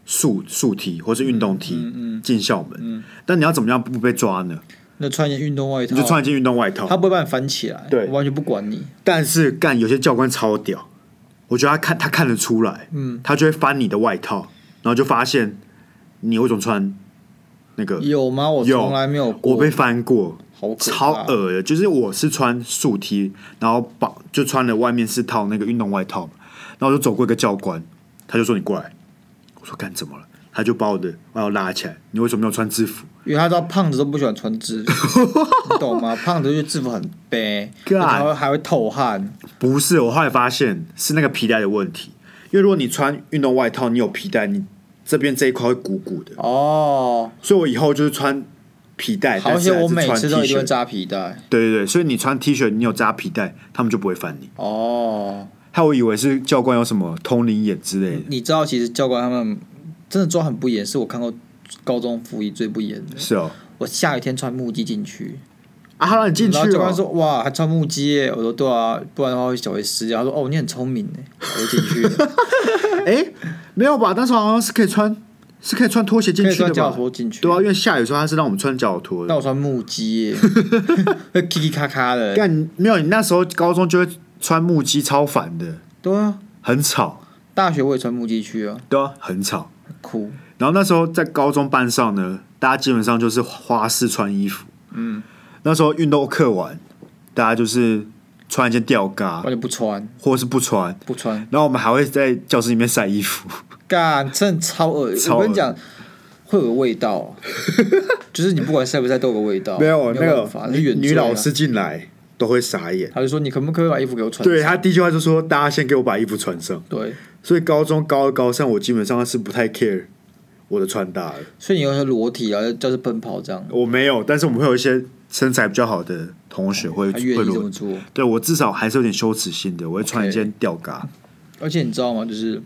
S1: 竖竖 T 或是运动 T 进校门。但你要怎么样不被抓呢？
S2: 那穿一件运动外套，
S1: 你就穿一件运动外套。
S2: 他不会把你翻起来，
S1: 对
S2: 我完全不管你。
S1: 但是干有些教官超屌，我觉得他看他看得出来，
S2: 嗯
S1: 他就会翻你的外套，然后就发现你为什么穿那个。
S2: 有吗？我
S1: 有
S2: 从来没有过，
S1: 我被翻过，
S2: 好可怕
S1: 超恶的，就是我是穿竖 T，然后绑就穿了外面是套那个运动外套嘛，然后我就走过一个教官，他就说你过来，我说干怎么了？他就把我的外套拉起来，你为什么没有穿制服？
S2: 因为他知道胖子都不喜欢穿
S1: (laughs)
S2: 制服，你懂吗？胖子就制服很悲，
S1: God
S2: 还会还会透汗，
S1: 不是，我后来发现是那个皮带的问题，因为如果你穿运动外套，你有皮带，你这边这一块会鼓鼓的，
S2: 哦。
S1: 所以我以后就是穿皮带，
S2: 好
S1: 哎但是
S2: 险！
S1: 还
S2: 我
S1: 是
S2: 每
S1: 穿 T
S2: 次都一定会
S1: 恤。
S2: 扎皮带
S1: 对对对，所以你穿 T 恤，你有扎皮带，他们就不会烦你。
S2: 哦。
S1: 害我以为是教官有什么通灵眼之类的。
S2: 你知道，其实教官他们真的抓很不严，是我看过高中服役最不严的。
S1: 是哦，
S2: 我下雨天穿木屐进去，
S1: 啊，他让你进去
S2: 然后教官
S1: 了。
S2: 说：“哇，还穿木屐耶！”我说：“对啊，不然的话会脚会湿掉。”他说：“哦，你很聪明耶我就进去了，
S1: 哎，没有吧？当时好像是可以穿，是可以穿拖鞋进
S2: 可以
S1: 去
S2: 穿
S1: 的
S2: 脚
S1: 吧？
S2: 拖进去。
S1: 对啊，因为下雨的时候他是让我们穿脚拖
S2: 那
S1: 的。
S2: 我穿木屐耶，会叽叽咔咔的。
S1: 但没有，你那时候高中就会穿木屐，超烦的，
S2: 对啊，
S1: 很吵，
S2: 大学我也穿木屐去啊，
S1: 对啊，很吵。
S2: 很酷。
S1: 然后那时候在高中班上呢，大家基本上就是花式穿衣服。嗯，那时候运动课完，大家就是穿一件吊嘎
S2: 完，全不穿，
S1: 或者是不穿。
S2: 不穿，
S1: 然后我们还会在教室里面晒衣服。
S2: 哦干，真的超恶心。
S1: 超恶
S2: 我跟你讲，会有个味道，啊就是你不管晒不晒都有个味道。
S1: (laughs) 没有那
S2: 办
S1: 个
S2: 法，是
S1: 女
S2: 原罪啊
S1: 女老师，进来都会傻眼。
S2: 他就说：“你可不可以把衣服给我穿？”
S1: 对他第一句话就说：“大家先给我把衣服穿上。
S2: 对，”
S1: 所以高中高二高三，我基本上是不太 care 我的穿搭的。
S2: 所以你有时候裸体啊，就是奔跑这样。
S1: 我没有，但是我们会有一些身材比较好的同学会
S2: 他
S1: 会
S2: 愿意这
S1: 裸
S2: 么做。
S1: 对我至少还是有点羞耻心的，我会穿一
S2: OK
S1: 件吊嘎。
S2: 而且你知道吗？就是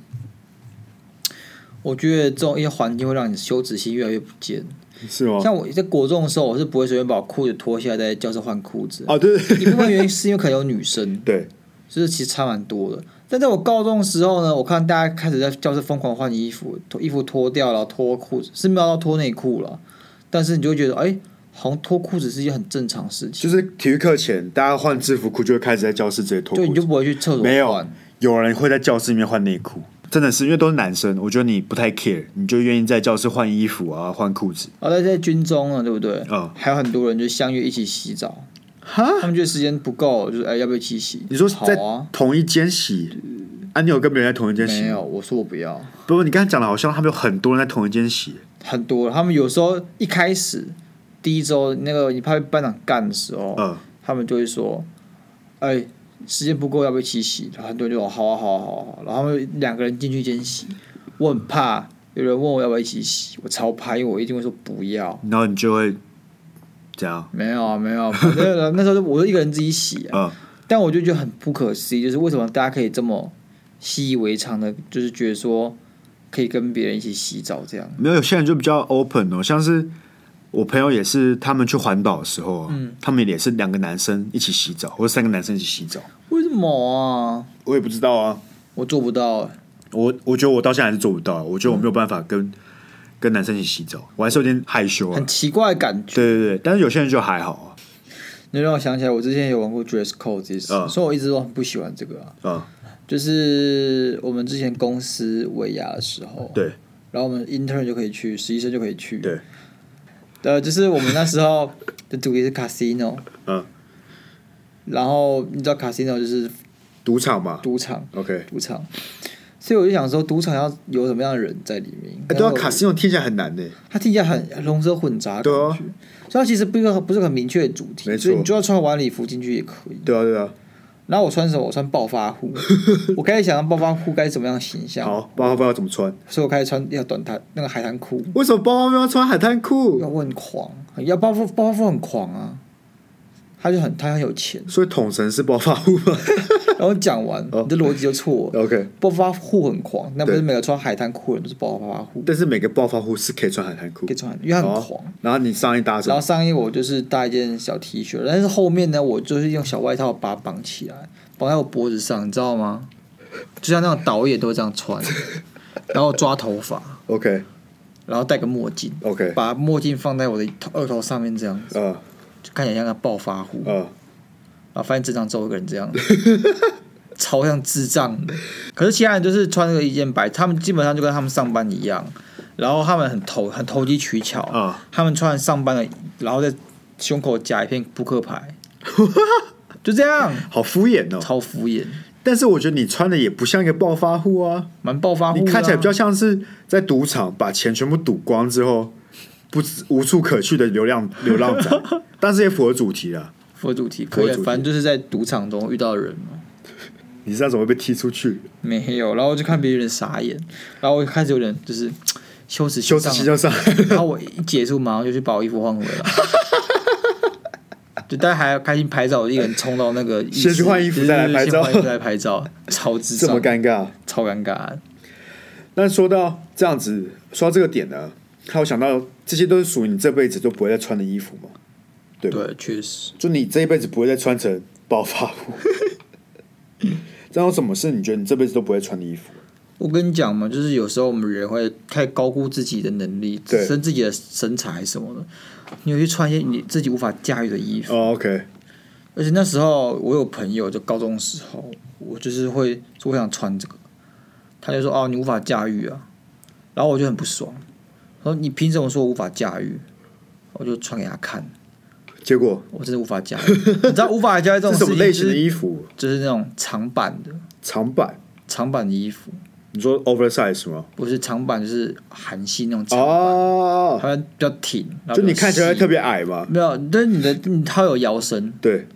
S2: 我觉得这种一些环境会让你羞耻心越来越不见。
S1: (laughs) 是吗？
S2: 像我在国中的时候，我是不会随便把我裤子脱下来在教室换裤子。
S1: 哦，对 (laughs) 对
S2: 一部分原因是因为可能有女生， (laughs)
S1: 对，
S2: 就是其实差蛮多的。但在我高中的时候呢，我看大家开始在教室疯狂换衣服，脱衣服脱掉，然后脱裤子，是没有到脱内裤了。但是你就会觉得，哎、好像脱裤子是一件很正常的事情，
S1: 就是体育课前大家换制服裤就会开始在教室直接脱
S2: 对，你
S1: 裤
S2: 就
S1: 子，
S2: 不会去厕所
S1: 没有
S2: 换。
S1: 有人会在教室里面换内裤，真的是因为都是男生，我觉得你不太 care，你就愿意在教室换衣服啊，换裤子。
S2: 然后在在军中呢，对不对？
S1: 嗯
S2: 还有很多人就相约一起洗澡，
S1: 哈，
S2: 他们觉得时间不够，就是哎、要不要一起洗？
S1: 你说
S2: 好
S1: 在
S2: 啊？
S1: 同一间洗？啊，你有跟别人在同一间洗
S2: 没
S1: 吗？
S2: 有，我说我不要。
S1: 不过你刚才讲的好像他们有很多人在同一间洗，
S2: 很多，他们有时候一开始第一周那个你怕被班长干的时候，
S1: 嗯，
S2: 他们就会说：“哎、时间不够，要不要一起洗？”然后很多人就说：“好啊，好啊，好啊。好啊”然后他们两个人进去一间洗，我很怕有人问我要不要一起洗，我超怕，因为我一定会说不要。
S1: 然后你就会这样，
S2: 没有啊，没有啊， (laughs) 反正那时候就我就一个人自己洗、
S1: 嗯，
S2: 啊，但我就觉得很不可思议，就是为什么大家可以这么习以为常的，就是觉得说可以跟别人一起洗澡这样。
S1: 没有，有些人就比较 open 哦，像是我朋友也是，他们去环岛的时候啊，他们也是两个男生一起洗澡，或者三个男生一起洗澡，
S2: 为什么啊？
S1: 我也不知道啊，
S2: 我做不到、欸。
S1: 我我觉得我到现在还是做不到，我觉得我没有办法跟、跟男生一起洗澡，我还是有点害羞啊
S2: 很。奇怪的感觉。
S1: 对对对，但是有些人就还好啊，
S2: 你让我想起来，我之前有玩过 dress code 这件事，
S1: 嗯
S2: 所以我一直都很不喜欢这个、啊。
S1: 嗯，
S2: 就是我们之前公司尾牙的时候，
S1: 对
S2: 然后我们 intern 就可以去，实习生就可以去。
S1: 对，
S2: 呃，就是我们那时候的主题是 casino，
S1: 嗯，
S2: 然后你知道 casino 就是
S1: 赌场嘛
S2: 赌场，
S1: ，OK，
S2: 赌场，所以我就想说，赌场要有什么样的人在里面？
S1: 哎，对啊，卡西诺听起来很难呢、
S2: 它听起来很龙蛇混杂的
S1: 对啊
S2: 感觉，所以它其实不是个不是很明确的主题，
S1: 没错
S2: 所以你就要穿晚礼服进去也可以。
S1: 对啊对啊，
S2: 然后我穿什么？我穿暴发
S1: (laughs)
S2: 户，我开始想到暴发户该怎么样形象，
S1: 好，包包要怎么穿？
S2: 所以我开始穿要短滩那个海滩裤，
S1: 为什么包包要穿海滩裤？
S2: 要问狂，要暴富暴发户很狂啊，他就很他很有
S1: (laughs)。
S2: 钱
S1: 所以统神是暴发户
S2: (laughs)
S1: 吗
S2: 然后讲完，你的逻辑就错了。
S1: ？OK，
S2: 暴发户很狂，那不是
S1: 哦对
S2: 每个穿海滩裤的人都是暴发户，
S1: 但是每个暴发户是可以穿海滩裤
S2: 可以，穿，因为他很狂。
S1: 哦然后你上一搭什
S2: 然
S1: 么
S2: 后？上衣我就是搭一件小 T 恤，但是后面呢，我就是用小外套把它绑起来，绑在我脖子上，你知道吗？就像那种导演都会这样穿，然后抓头发，
S1: OK
S2: 然后戴个墨镜，
S1: OK，
S2: 把墨镜放在我的头额头上面，这样
S1: 呃
S2: 就看起来像个暴发户。
S1: 呃，
S2: 然后发现智障只有一个人这样， (laughs) 超像智障的。可是其他人就是穿那个一件白，他们基本上就跟他们上班一样，然后他们很投很投机取巧，
S1: 啊
S2: 他们穿上班的，然后在胸口夹一片扑
S1: (laughs)
S2: 克牌，就这样，
S1: 好敷衍哦。
S2: 超敷衍，
S1: 但是我觉得你穿的也不像一个暴发户啊，
S2: 蛮暴发户、
S1: 你
S2: 啊。
S1: 看起来比较像是在赌场把钱全部赌光之后，不知无处可去的流
S2: (laughs)
S1: 浪流浪仔，但是也符合主题啊。
S2: 佛主题可以
S1: 佛
S2: 啊
S1: 主，题
S2: 反正就是在赌场中遇到的人嘛。
S1: 你知道怎么会被踢出去？
S2: 没有，然后我就看别人傻眼，然后我开始有点就是羞耻
S1: 羞
S2: 心
S1: 耻心
S2: 上来
S1: 就上来了，
S2: 然后我一结束，马上就去把我衣服换回来。就大家还开心拍照，我一个人冲到那个浴室，
S1: 先去换衣服再来拍照
S2: 先换衣服再来拍照，超智
S1: 这
S2: 障
S1: 么，尴尬。啊
S2: 超尴尬。
S1: 但说到这样子，说到这个点呢，还有想到这些都是属于你这辈子都不会再穿的衣服嘛？对吧
S2: 对，确实，
S1: 就你这一辈子不会再穿成暴发 (laughs) 户。这有什么是你觉得你这辈子都不会穿的衣服？
S2: 我跟你讲嘛，就是有时候我们人会太高估自己的能力，
S1: 对
S2: 跟自己的身材什么的，你会去穿一些你自己无法驾驭的衣服。
S1: 哦、o k
S2: 而且那时候我有朋友，就高中时候，我就是会说我想穿这个，他就说哦你无法驾驭啊，然后我就很不爽，我说你凭什么说我无法驾驭？我就穿给他看，
S1: 结果
S2: 我真的无法驾驭，你知道无法驾驭这
S1: (laughs) 这
S2: 种
S1: 是什
S2: 事情
S1: 么类型的衣服？
S2: 就是就是那种长版的
S1: 长版？
S2: 长版的衣服，
S1: 你说 oversize 吗？
S2: 不是长版就是韩系那种长，
S1: 哦，
S2: 它、比较挺，然后
S1: 就你
S2: 比较
S1: 看起来
S2: 细
S1: 特别矮嘛？
S2: 没有，但是你的你它有腰身
S1: 对，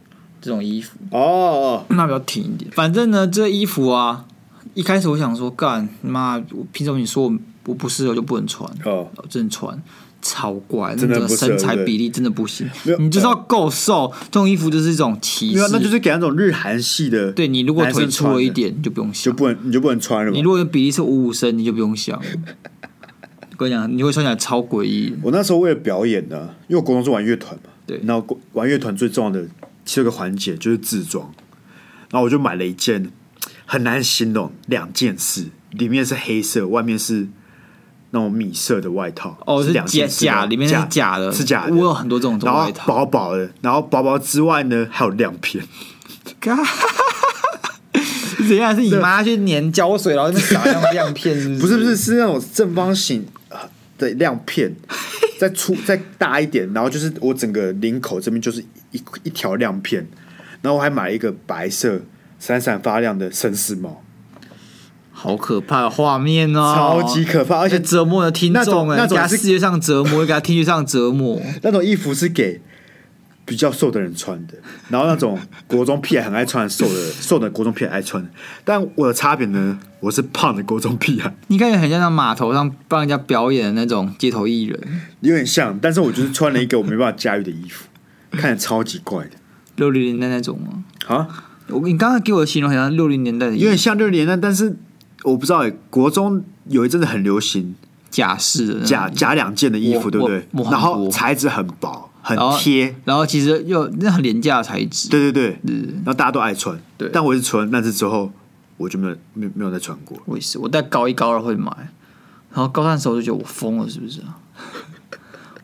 S2: 这种衣服。
S1: 哦哦，
S2: 那比较挺一点。反正呢，这衣服啊，一开始我想说，干妈，我凭什么你说我我不适合就不能穿？
S1: 哦，
S2: 我真的穿，
S3: 超怪，那
S1: 真的
S3: 个
S1: 不适合
S3: 身材
S1: 对
S3: 比例真的不行
S1: 没有，哎
S3: 你就是要够瘦，这种衣服就是一种歧
S1: 没有啊，
S3: 视。
S1: 那就是给那种日韩系的，
S3: 对你如果腿粗了一，点，你就不用想
S1: 就。不能你就不能穿了嘛
S3: 你。如果比例是五五身，你就不用想。我跟你讲，你会穿起来超诡异。
S1: 我那时候为了表演呢，因为我国中是玩乐团嘛，
S3: 对
S1: 然后国玩乐团最重要的其中一个环节就是自装，然后我就买了一件很难形容两件事，里面是黑色，外面是那种米色的外套，
S3: 哦，是
S1: 两
S3: 假
S1: 件事
S3: 假，里面是假的，
S1: 是假的，
S3: 我有很多这种这
S1: 然
S3: 种
S1: 后
S3: 外套。
S1: 薄薄的，然后薄薄之外呢还有亮片，
S3: 怎样？是你
S2: 你
S3: 妈？
S2: 妈去粘胶水，然后那边撒亮亮片，是
S1: 不
S2: 不
S1: 是不
S2: 是
S1: 是是那种正方形呃的亮 (laughs) 片，再粗再大一点，然后就是我整个领口这边就是一一条亮片，然后我还买了一个白色闪闪发亮的绅士帽，
S3: 好可怕的画面哦，
S1: 超级可怕，而
S3: 而
S1: 且
S3: 且折磨了听
S1: 那种
S3: 众哎，
S1: 那
S3: 给
S1: 种
S3: 他
S1: 是
S3: 视觉上折磨，给他听觉上折磨。
S1: 那种衣服是给。比较瘦的人穿的，然后那种国中屁孩很爱穿的瘦的， (laughs) 瘦的国中屁孩爱穿的。但我的差别呢，我是胖的国中屁孩，
S3: 你感觉很像那码头上帮人家表演的那种街头艺人，
S1: 有点像，但是我就是穿了一个我没办法驾驭的衣 (laughs) 服，看着超级怪的
S3: 六零年代那种吗？
S1: 啊，
S3: 我你刚刚给我的形容很像六零年代的
S1: 有点像六零年代，但是我不知道哎、国中有一阵子很流行
S3: 假式的那种
S1: 假假两件的衣
S3: 嗯
S1: 服，
S3: 我
S1: 对不对
S3: 我我？很
S1: 然后
S3: 多哦
S1: 材质很薄，很
S3: 然后
S1: 贴，
S3: 然后其实又那很廉价的材质，
S1: 对对对，然后大家都爱穿，
S3: 嗯对
S1: 但我是穿那次之后，我就没有没有没有再穿过。
S3: 我也是，我在高一高二会买，然后高三的时候就觉得我疯了，是不是啊？ (laughs)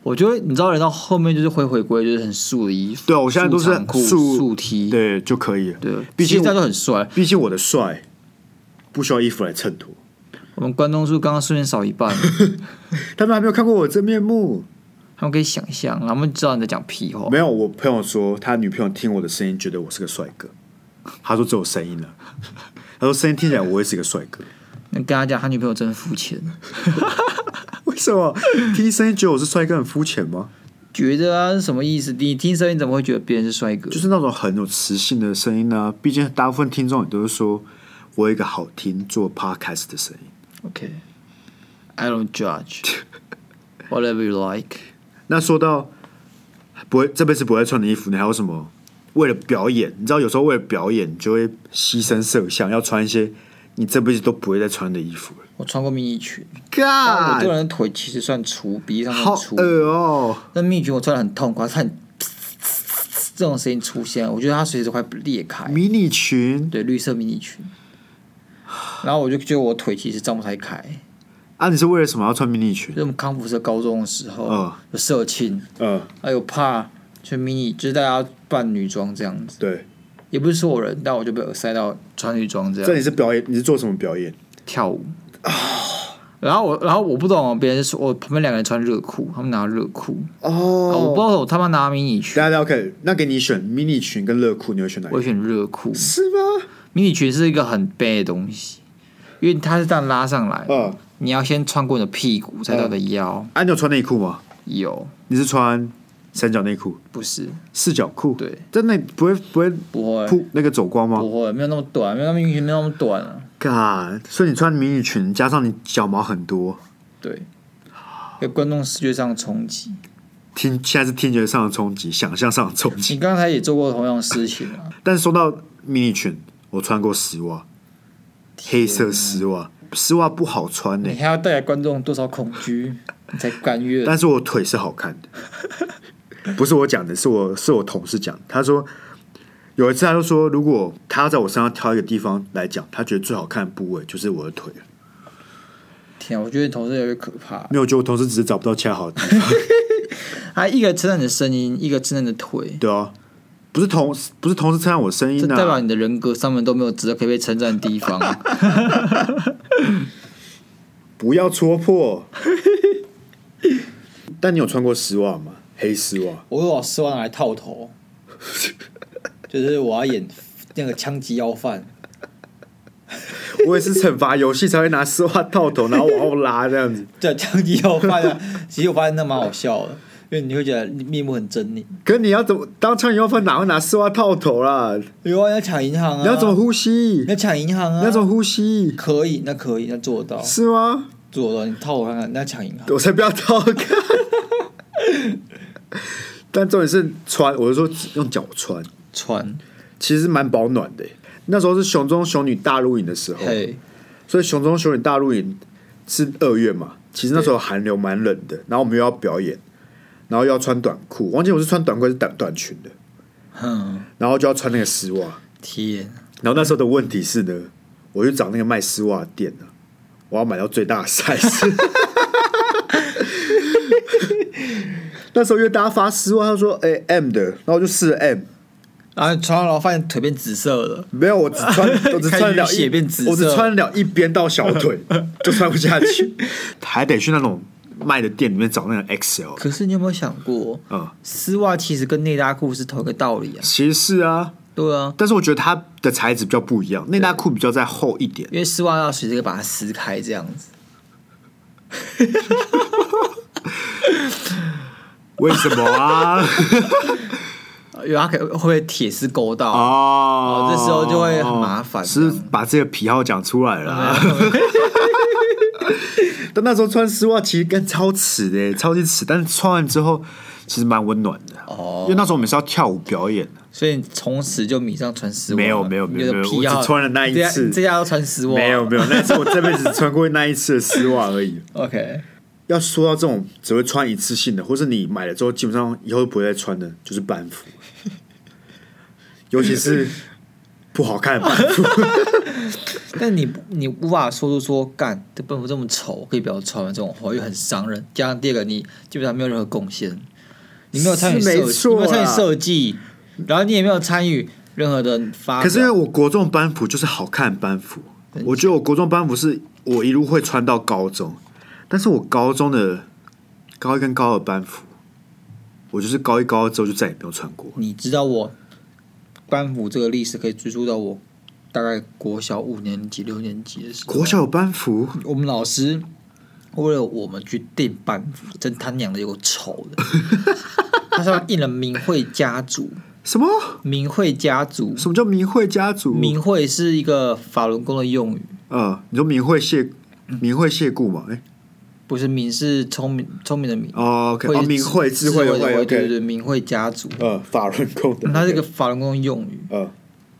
S3: 我觉得你知道，人到后面就是会回归，就是很素的衣服。
S1: 对啊我现在都是
S3: 素长裤、
S1: 素
S3: 素 T，
S1: 对就可以了。
S3: 对，
S1: 毕
S3: 其实
S1: 竟
S3: 大家都很帅。
S1: 毕竟我的帅不需要衣服来衬托。
S3: 我们关东煮刚刚瞬间少一半，
S1: 他们还没有看过我真面目。
S3: 他们可以想象，他们知道你在讲屁话。
S1: 没有，我朋友说他女朋友听我的声音，觉得我是个帅哥。他说只有声音了，他说声音听起来我也是个帅哥。
S3: 那跟他讲，他女朋友真的肤浅，
S1: (laughs) 为什么听声音觉得我是帅哥很肤浅吗？
S3: 觉得啊是什么意思？你听声音怎么会觉得别人是帅哥？
S1: 就是那种很有磁性的声音呢、毕竟大部分听众也都是说我有一个好听做 podcast 的声音。
S3: OK，I、don't
S1: (laughs)
S3: judge 。Whatever you like，
S1: 那说到不会这辈子不会穿的衣服，你还有什么？为了表演，你知道有时候为了表演，你就会牺牲色相，要穿一些你这辈子都不会再穿的衣服了。
S2: 我穿过迷你裙，但我这个
S1: God，
S2: 人腿其实算粗，比例上
S1: 好
S2: 算粗
S1: 恶。哦、
S2: 那蜜橘我穿的很痛苦，它很这种声音出现，我觉得它随时会裂开。
S1: 迷你裙
S2: 对，绿色迷你裙。然后我就觉得我腿其实张不太开，
S1: 啊，你是为了什么要穿迷你裙
S2: 就是？我们康复社高中的时候、
S1: 嗯
S2: 有社庆，
S1: 嗯，
S2: 还有怕就迷你，就是大家扮女装这样子，
S1: 对，
S2: 也不是所有人，但我就被耳塞到穿女装这样
S1: 这你是表演，你是做什么表演？
S3: 跳舞。 (sighs) 然后我，然后我不懂，别人说我旁边两个人穿热裤，他们拿热裤，啊我不知
S1: 哦，
S3: 道我他妈拿迷你裙，
S1: 大家 OK，那给你选迷你裙跟热裤，你会选哪一
S3: 我
S1: 个？
S3: 选热裤。
S1: 是吗？
S3: 迷你裙是一个很 bad 的东西，因为它是这样拉上来，
S1: 嗯，
S3: 你要先穿过你的屁股，再到你的腰。
S1: 啊，你有穿内裤吗？
S3: 有
S1: 你是穿三角内裤、
S3: 不是
S1: 四角裤？
S3: 对，
S1: 真的不会不会
S2: 不会
S1: 铺那个走光吗
S2: 不会，没有那么短，没有那么迷你裙没有那么短啊。
S1: ？God，所以你穿迷你裙，加上你脚毛很多，
S2: 对，有观众视觉上的冲击。
S1: 听现在是听觉上的冲击，想象上的
S2: (laughs)
S1: 冲击。
S2: 你刚才也做过同样的事情啊，
S1: 但是说到迷你裙，我穿过丝袜，黑色丝袜，丝袜不好穿呢、
S2: 你还要带给观众多少恐惧，你才甘愿？
S1: 但是我腿是好看的，不是我讲的，是我是我同事讲的。他说有一次，他就说，如果他要在我身上挑一个地方来讲，他觉得最好看的部位就是我的腿了。
S2: 天、啊，我觉得你同事有点可怕。
S1: 没有，我觉得我同事只是找不到恰好的地方。
S3: 它啊一个称赞你的声音，一个称赞你的腿，
S1: 对啊，不是同不是同事称赞我声
S3: 这
S1: 音
S3: 代表
S1: 啊。
S3: 你的人格上面都没有值得可以被称赞的地方。
S1: 不要戳破。但你有穿过丝袜吗？黑丝袜？
S2: (laughs) 我有把丝袜拿来套头，就是我要演那个枪击要犯，
S1: 我也是惩罚游戏才会拿丝袜套头，然后往后拉这样子。
S2: 对，枪击要犯
S3: (laughs)
S2: 啊。其实我发现那蛮好笑的，因为你会觉得面目很狰狞。
S1: 可你要怎么当枪要犯哪会拿丝袜套头啦？
S2: 有啊，要抢银行啊，
S1: 你要怎么？呼吸？
S2: 要抢银行啊，
S1: 你要怎么呼吸？
S2: 可以，那可以，那做得到，
S1: 是吗？
S2: 做得到。你套我看看，那抢银行。
S1: 我才不要套！看 (laughs) 但重点是穿，我是说用脚穿，
S2: 穿，
S1: 其实蛮保暖的欸。那时候是熊中熊女大露营的时候，
S2: 嘿，
S1: 所以熊中熊女大露营是二月嘛，其实那时候寒流蛮冷的，然后我们又要表演，然后又要穿短裤，忘记我是穿短裤还是短短裙的，
S2: 哼，
S1: 然后就要穿那个丝袜。
S2: 天，
S1: 然后那时候的问题是呢，我去找那个卖丝袜的店啊，我要买到最大的 size。那时候因为大家发丝袜，他说：“哎、M 的。”然后我就试了 M，
S2: 然后啊穿然后发现腿变紫色了，
S1: 没有，我只 (laughs) 穿，我只穿得了
S2: 开始
S1: 一，
S2: 血变紫色
S1: 我只穿得了一边到小 (laughs) 腿，就穿不下去，还得去那种卖的店里面找那个 XL
S2: 可是你有没有想过，
S1: 啊、
S2: 丝袜其实跟内搭裤是同一个道理啊？
S1: 其实是啊，
S2: 对啊，
S1: 但是我觉得它的材质比较不一样，内搭裤比较再厚一 (laughs) 点。
S2: 因为丝袜要随这个把它撕开这样子，
S1: 为什么啊？
S2: 因为它可会被铁丝勾到。
S1: 哦
S2: 哦，这时候就会很麻烦
S1: 是把自己的癖好讲出来了啊。 (laughs) 但那时候穿丝袜其实跟超耻的耶，超级耻，但是穿完之后其实蛮温暖的。
S2: 哦
S1: 因为那时候我们是要跳舞表演的，
S2: 所以你从此就迷上穿丝袜了？
S1: 没有没有没有
S2: 你的
S1: 没有
S2: 皮要
S1: 我只穿了那一次
S2: 这家这家要穿丝袜，
S1: 没有没有，那是我这辈子穿过那一次的丝袜而 (laughs) 已。
S2: OK，
S1: 要说到这种只会穿一次性的，或是你买了之后基本上以后都不会再穿的，就是班 (laughs) 服，尤其是不好看的班服。
S2: 但你你无法说出说干这笨服这么丑，可以不要穿吗这种话，又很伤人。加上第二个，你基本上没有任何贡献，你没有参与
S1: 是
S2: 设，
S1: 没
S2: 你
S1: 错
S2: 没有参与
S1: 啦
S2: 设计，然后你也没有参与任何的发
S1: 可
S2: 表。
S1: 是因为我国中班服就是好看的班服，我觉得我国中班服是我一路会穿到高中，但是我高中的高一跟高二班服，我就是高一高二之后就再也没有穿过。
S2: 你知道我班服这个历史可以追溯到我大概国小五年级、六年级的时候。
S1: 国小有班服，
S2: 我们老师为了我们去订班服，真他娘的有个丑
S1: (laughs)
S2: 的，他上面印了明慧家族，
S1: 什么？
S2: 明慧家族，
S1: 什么叫明慧家族？
S2: 明慧是一个法轮功的用语，
S1: 呃，你说明慧谢
S2: 嗯
S1: 明慧谢故嘛？哎、
S2: 不是明是聪明聪明的明，
S1: 哦，OK，
S2: 慧
S1: 哦，
S2: 是
S1: 明慧智慧的
S2: 的
S1: 慧
S2: 慧，对对
S1: ，OK，
S2: 对，明慧家族，
S1: 呃，法轮功的，
S2: 它是一个法轮功的用语，
S1: 呃，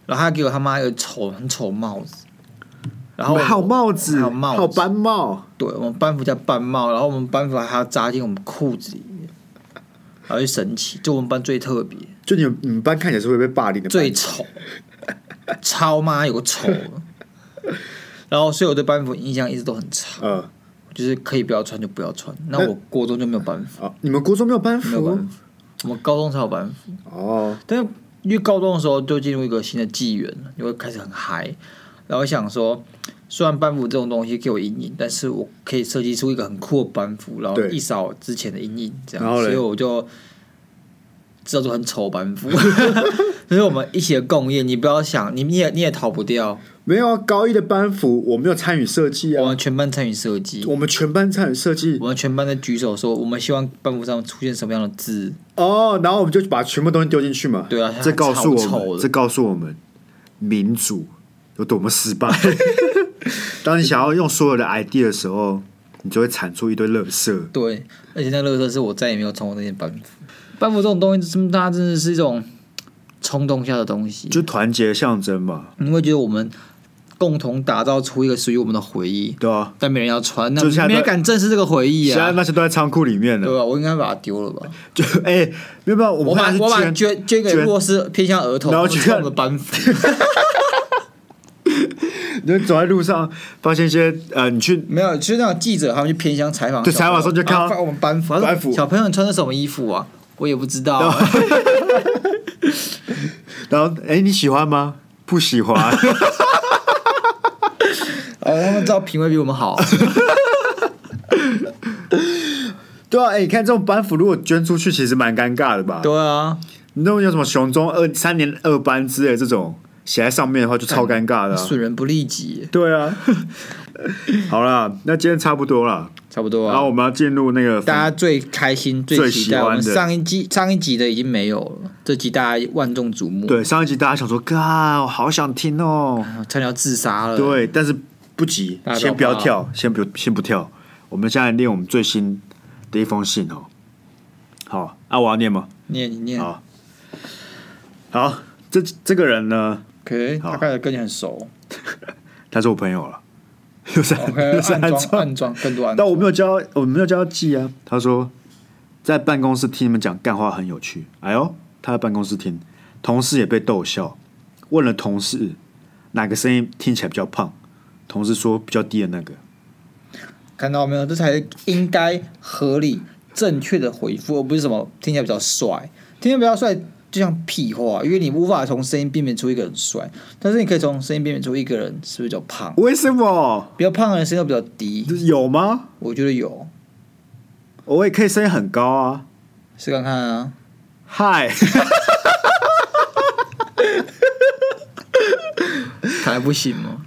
S2: 然后他给我他妈一个丑很丑帽子，然后
S1: 还有帽子，
S2: 还有
S1: 还有
S2: 帽子，
S1: 班帽，
S2: 对我们班服叫班帽，然后我们班服还要扎进我们裤子里面，然后就神奇，就我们班最特别。
S1: 就你们你们班看起来是会被霸凌的班，
S2: 最
S1: (laughs)
S2: 丑，超妈有个丑的。然后，所以我对班服印象一直都很差，
S1: 呃。
S2: 就是可以不要穿就不要穿。那
S1: 那
S2: 我国中就没有班服，
S1: 啊，你们国中没有班
S2: 没有
S1: 服
S2: 班服，我们高中才有班服。
S1: 哦，
S2: 但是因为高中的时候就进入一个新的纪元了，你会开始很嗨，然后想说，虽然班服这种东西给我阴影，但是我可以设计出一个很酷的班服，然后
S1: 对
S2: 一扫之前的阴影，这样，
S1: 然后嘞
S2: 所以我就制造出很丑的班 (laughs) 服，就是我们一起的共业，你不要想，你你也你也逃不掉，
S1: 没有啊，高一的班服我没有参与设计
S2: 我
S1: 啊，
S2: 们全班参与设计。
S1: 我们全班参与设计
S2: 我们全班在举手说，我们希望班服上出现什么样的字？
S1: 哦，然后我们就把全部东西丢进去嘛。
S2: 对啊
S1: 这告诉
S2: 超
S1: 我
S2: 丑
S1: 们，
S2: 的
S1: 这告诉我们民主有多么失
S2: (laughs)
S1: 败。当你想要用所有的 idea 的时候，你就会产出一堆垃圾。
S2: 对，而且那个乐色是我再也没有穿过那件班服。班服这种东西，真它真的是一种冲动下的东西，
S1: 就团结的象征嘛，
S2: 你会觉得我们共同打造出一个属于我们的回忆，
S1: 对啊，
S2: 但没人要穿，那
S1: 就现在
S2: 没人
S1: 都
S2: 敢正视这个回忆
S1: 现在
S2: 啊。
S1: 那些都在仓库里面
S2: 对
S1: 了。
S2: 吧？我应该把它丢了吧？
S1: 就哎，没有办法，我
S2: 我
S1: 们
S2: 把
S1: 还是
S2: 我把
S1: 捐
S2: 捐捐给
S1: 捐
S2: 弱势偏向儿童，
S1: 然后
S2: 他们
S1: 捐
S2: 穿我们的班服，
S1: 你就走在路上，发现一些呃，你去
S2: 没有，就是那种记者他们去偏乡采访小朋
S1: 对
S2: 友，
S1: 采访的时候就看到
S2: 然后发我们班服，他说
S1: 班服
S2: 小朋友你穿的什么衣服啊？我也不知道啊，
S1: 然后哎，你喜欢吗？不喜欢。
S2: 哦，他们知道品味比我
S1: (laughs)
S2: 们好，
S1: 对啊，哎、你看这种班服如果捐出去，其实蛮尴尬的吧？
S2: 对啊，
S1: 你那种有什么熊中二三年二班之类的这种写在上面的话，就超尴尬的、啊。
S2: 损人不利己，
S1: 对啊。 (laughs) 好啦，那今天差不多了，
S2: 差不多
S1: 然后
S2: 啊。
S1: 我们要进入那个
S2: 大家最开心、
S1: 最
S2: 最期待，
S1: 喜
S2: 我
S1: 欢
S2: 们
S1: 的
S2: 上一季上一集的已经没有了，这集大家万众瞩目。
S1: 对上一集大家想说，嘎，我好想听哦。
S2: 啊差点要自杀了。，
S1: 对，但是不急
S2: 大，家都
S1: 先不要
S2: 怕啊
S1: 跳，先不先不跳，我们现在念我们最新的一封信哦。好，啊，我要念吗？
S4: 念你念
S1: 好，好，这这个人呢，
S4: ，OK，
S1: 好
S4: 大概跟你很熟
S1: 他是我朋友了， (laughs) 又
S2: 哦
S1: 是 (laughs)
S4: ，OK，
S1: 又是
S4: 暗
S1: 安
S4: 装
S1: 装，
S4: 暗装更多暗
S1: 但
S4: 装，
S1: 我没有教，我没有教他记啊。他说在办公室听你们讲干话很有趣，哎呦，他在办公室听，同事也被逗笑，问了同事哪个声音听起来比较胖，同事说比较低的那个。
S2: 看到没有？这才应该合理正确的回复，而不是什么听起来比较帅，听起来比较帅就像屁话，因为你无法从声音辨别出一个人帅，但是你可以从声音辨别出一个人是不是比较胖，
S1: 为什么
S2: 比较胖的人声音都比较低，
S1: 有吗？
S2: 我觉得有，
S1: 我也可以声音很高啊！
S2: 试看看啊。
S1: 嗨，
S2: 还不行
S1: (laughs)
S2: 吗？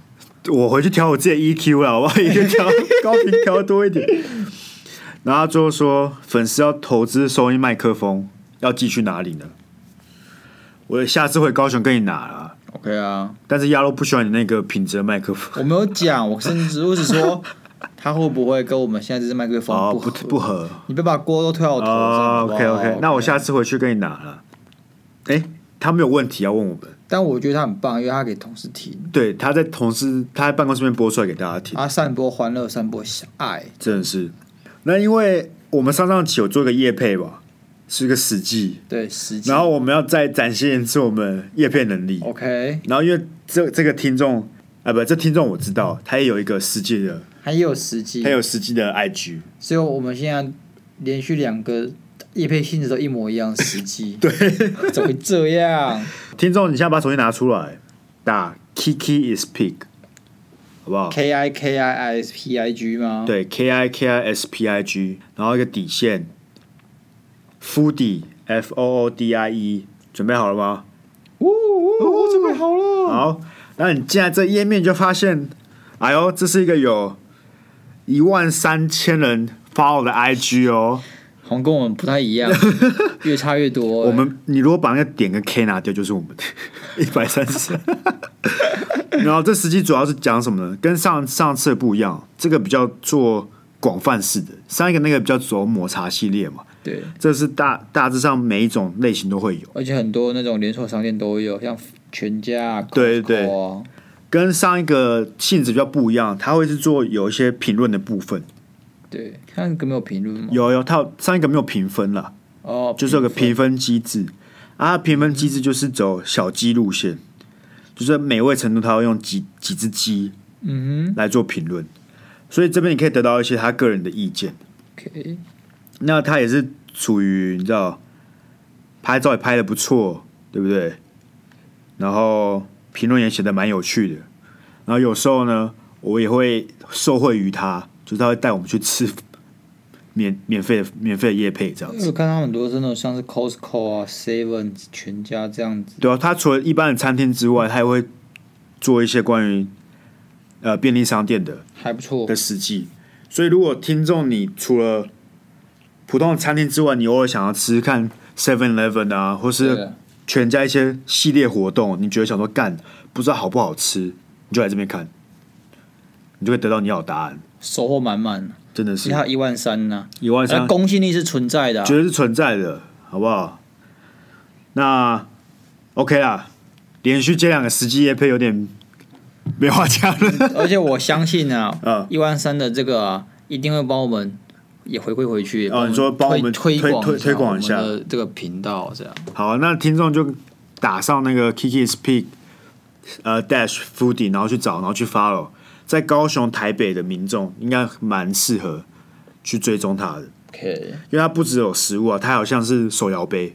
S1: 我回去调我自己的 EQ 了，我回去调高频调多一点。 (laughs) 然后他最后说，粉丝要投资收音麦克风，要寄去哪里呢？我下次回高雄跟你拿啦。
S2: OK 啊，
S1: 但是亚洛不喜欢你那个品质的麦克风，
S2: 我没有讲，我甚至我只说他会不会跟我们现在这支麦克
S1: 哦，
S2: 风
S1: 不
S2: 不
S1: 不合。
S2: 你别把锅都推到我头上。
S1: 哦
S2: 好不好
S1: ，OK OK，那我下次回去跟你拿了。哎，他没有问题要问我们，
S2: 但我觉得他很棒，因为他给同事听，
S1: 对，他在同事他在办公室里面播出来给大家听。
S2: 他散播欢乐，散播爱。
S1: 真的是。那因为我们上上期有做个夜配吧，是个实际，
S2: 对，实际。
S1: 然后我们要再展现一次我们夜配能力。
S2: OK，
S1: 然后因为这这个听众啊，不，这听众我知道，他也有一个实际的，
S2: 还有实际
S1: 他，有实际的 IG。
S2: 所以我们现在连续两个叶配性质都一模一样，实
S1: (laughs)
S2: 际。对，怎么会这样？
S1: (laughs) 听众，你现在把手机拿出来，打 Kiki is pig，好不好？
S2: K I K I I S P I G 吗？
S1: 对，K I K I S P I G，然后一个底线，Foodie F O O D I E，准备好了吗？
S2: 呜，呜，我准备好了。
S1: 好，那你进来这页面就发现，哎呦，这是一个有一万三千人 follow 的 IG 哦。
S2: 好像跟我们不太一样，越差越多欸、
S1: 我们你如果把那个点跟 K 拿掉，就是我们的一 (laughs) 百三十。 (laughs) 然后这实际主要是讲什么呢？跟上上次不一样，这个比较做广泛式的，上一个那个比较走抹茶系列嘛。
S2: 对，
S1: 这是大大致上每一种类型都会有。
S2: 而且很多那种连锁商店都有，像全家、啊、
S1: 对对
S2: Costco 啊
S1: 跟上一个性质比较不一样，它会是做有一些评论的部分。
S2: 对，看有没有评论吗？
S1: 有有，它有上一个没有评分啦，
S2: 哦，
S1: 就是有个评分机制啊，评分机制就是走小鸡路线，就是每位程度他会用几几只鸡
S2: 嗯
S1: 来做评论，所以这边你可以得到一些他个人的意见。
S2: 哼，OK，
S1: 那他也是处于你知道，拍照也拍的不错，对不对？然后评论也写的蛮有趣的，然后有时候呢，我也会受惠于他，就是他会带我们去吃免免费的免费的夜配这样子。
S2: 我看到很多真的像是 Costco 啊、Seven、全家这样子，
S1: 对啊，他除了一般的餐厅之外，他也会做一些关于呃便利商店的
S2: 还不错
S1: 的。实际。所以，如果听众你除了普通的餐厅之外，你偶尔想要吃吃看 Seven Eleven 啊，或
S2: 对
S1: 是
S2: 啊
S1: 全家一些系列活动，你觉得想说干不知道好不好吃，你就来这边看，你就会得到你要的答案。
S2: 收获满满，
S1: 真的
S2: 其
S1: 是
S2: 实它一万三呢，
S1: 一万
S2: 那
S1: 三，
S2: 公信力是存在的啊、
S1: 绝对是存在的，好不好？那 OK 啦，连续接两个实际夜配有点没话讲了。 (laughs)
S2: 而且我相信
S1: 嗯 (laughs)
S2: 啊，一万三的这个、啊、一定会帮我们也回馈回去。
S1: 哦你说帮我们
S2: 推
S1: 推
S2: 广
S1: 推推广一下
S2: 我们的这个频道，这样
S1: 好，那听众就打上那个 Kiki Speak，呃 Dash Foodie，然后去找，然后去 follow，在高雄、台北的民众应该蛮适合去追踪他的，
S2: OK。
S1: 因为他不只有食物啊，他好像是手摇杯，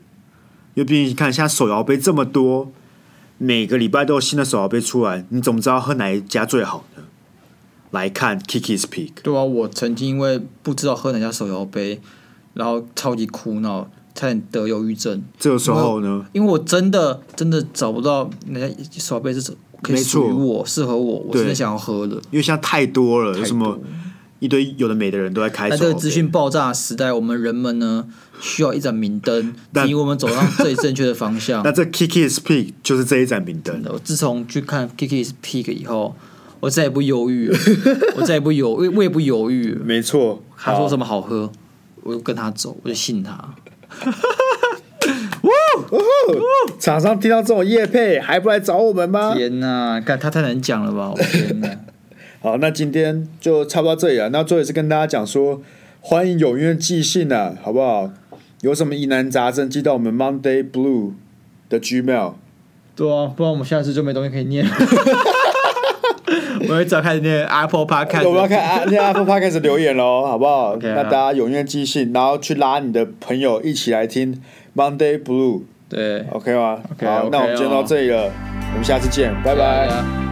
S1: 因为毕竟你看现在手摇杯这么多，每个礼拜都有新的手摇杯出来，你怎么知道喝哪一家最好呢？来看 Kiki Speak。
S2: 对啊，我曾经因为不知道喝哪家手摇杯，然后超级苦恼，差点得忧郁症，
S1: 这个时候呢，
S2: 因为我真的真的找不到哪家手摇杯是可以
S1: 没错
S2: 属于我、适合我，我真
S1: 对
S2: 的想要喝的。
S1: 因为现在太多了，有
S2: 太
S1: 什
S2: 多
S1: 么一堆有的没的人都在开
S2: 在
S1: 手
S2: 这
S1: 摇
S2: 个
S1: 杯
S2: 资讯爆炸的时代，我们人们呢需要一盏明灯，
S1: (laughs) 但
S2: 指引我们走上最正确的方向
S1: 那。这 Kiki Speak 就是这一盏明灯。
S2: 我自从去看 Kiki's Peak 以后，我再也不犹
S1: (laughs)
S2: 豫了，我再也不犹，我我也不犹豫了。
S1: 没错，
S2: 他说什
S1: 么？
S2: 么好喝，我就跟他走，我就信他。
S1: 厂商听到这种叶配，还不来找我们吗？
S2: 天哪、看他太难讲了 (laughs) 吧！我天哪，
S1: 好，那今天就差不多到这里了。那最后也是跟大家讲说，欢迎踊跃寄信啊，好不好？有什么疑难杂症，寄到我们 Monday Blue 的 Gmail。
S2: 对啊，不然我们下次就没东西可以 (laughs) 念了。我要找开始念 Apple
S1: 我们要
S2: Podcast，
S1: 看啊，那 Apple Podcast 留言喽，好不好
S2: OK 啊
S1: 那大家踊跃寄信，然后去拉你的朋友一起来听 Monday Blue，OK、
S2: 对，
S1: 吗
S2: OK，
S1: 好
S2: OK 哦
S1: 那我们今天到这里了，我们下次见，拜拜。
S2: 拜拜。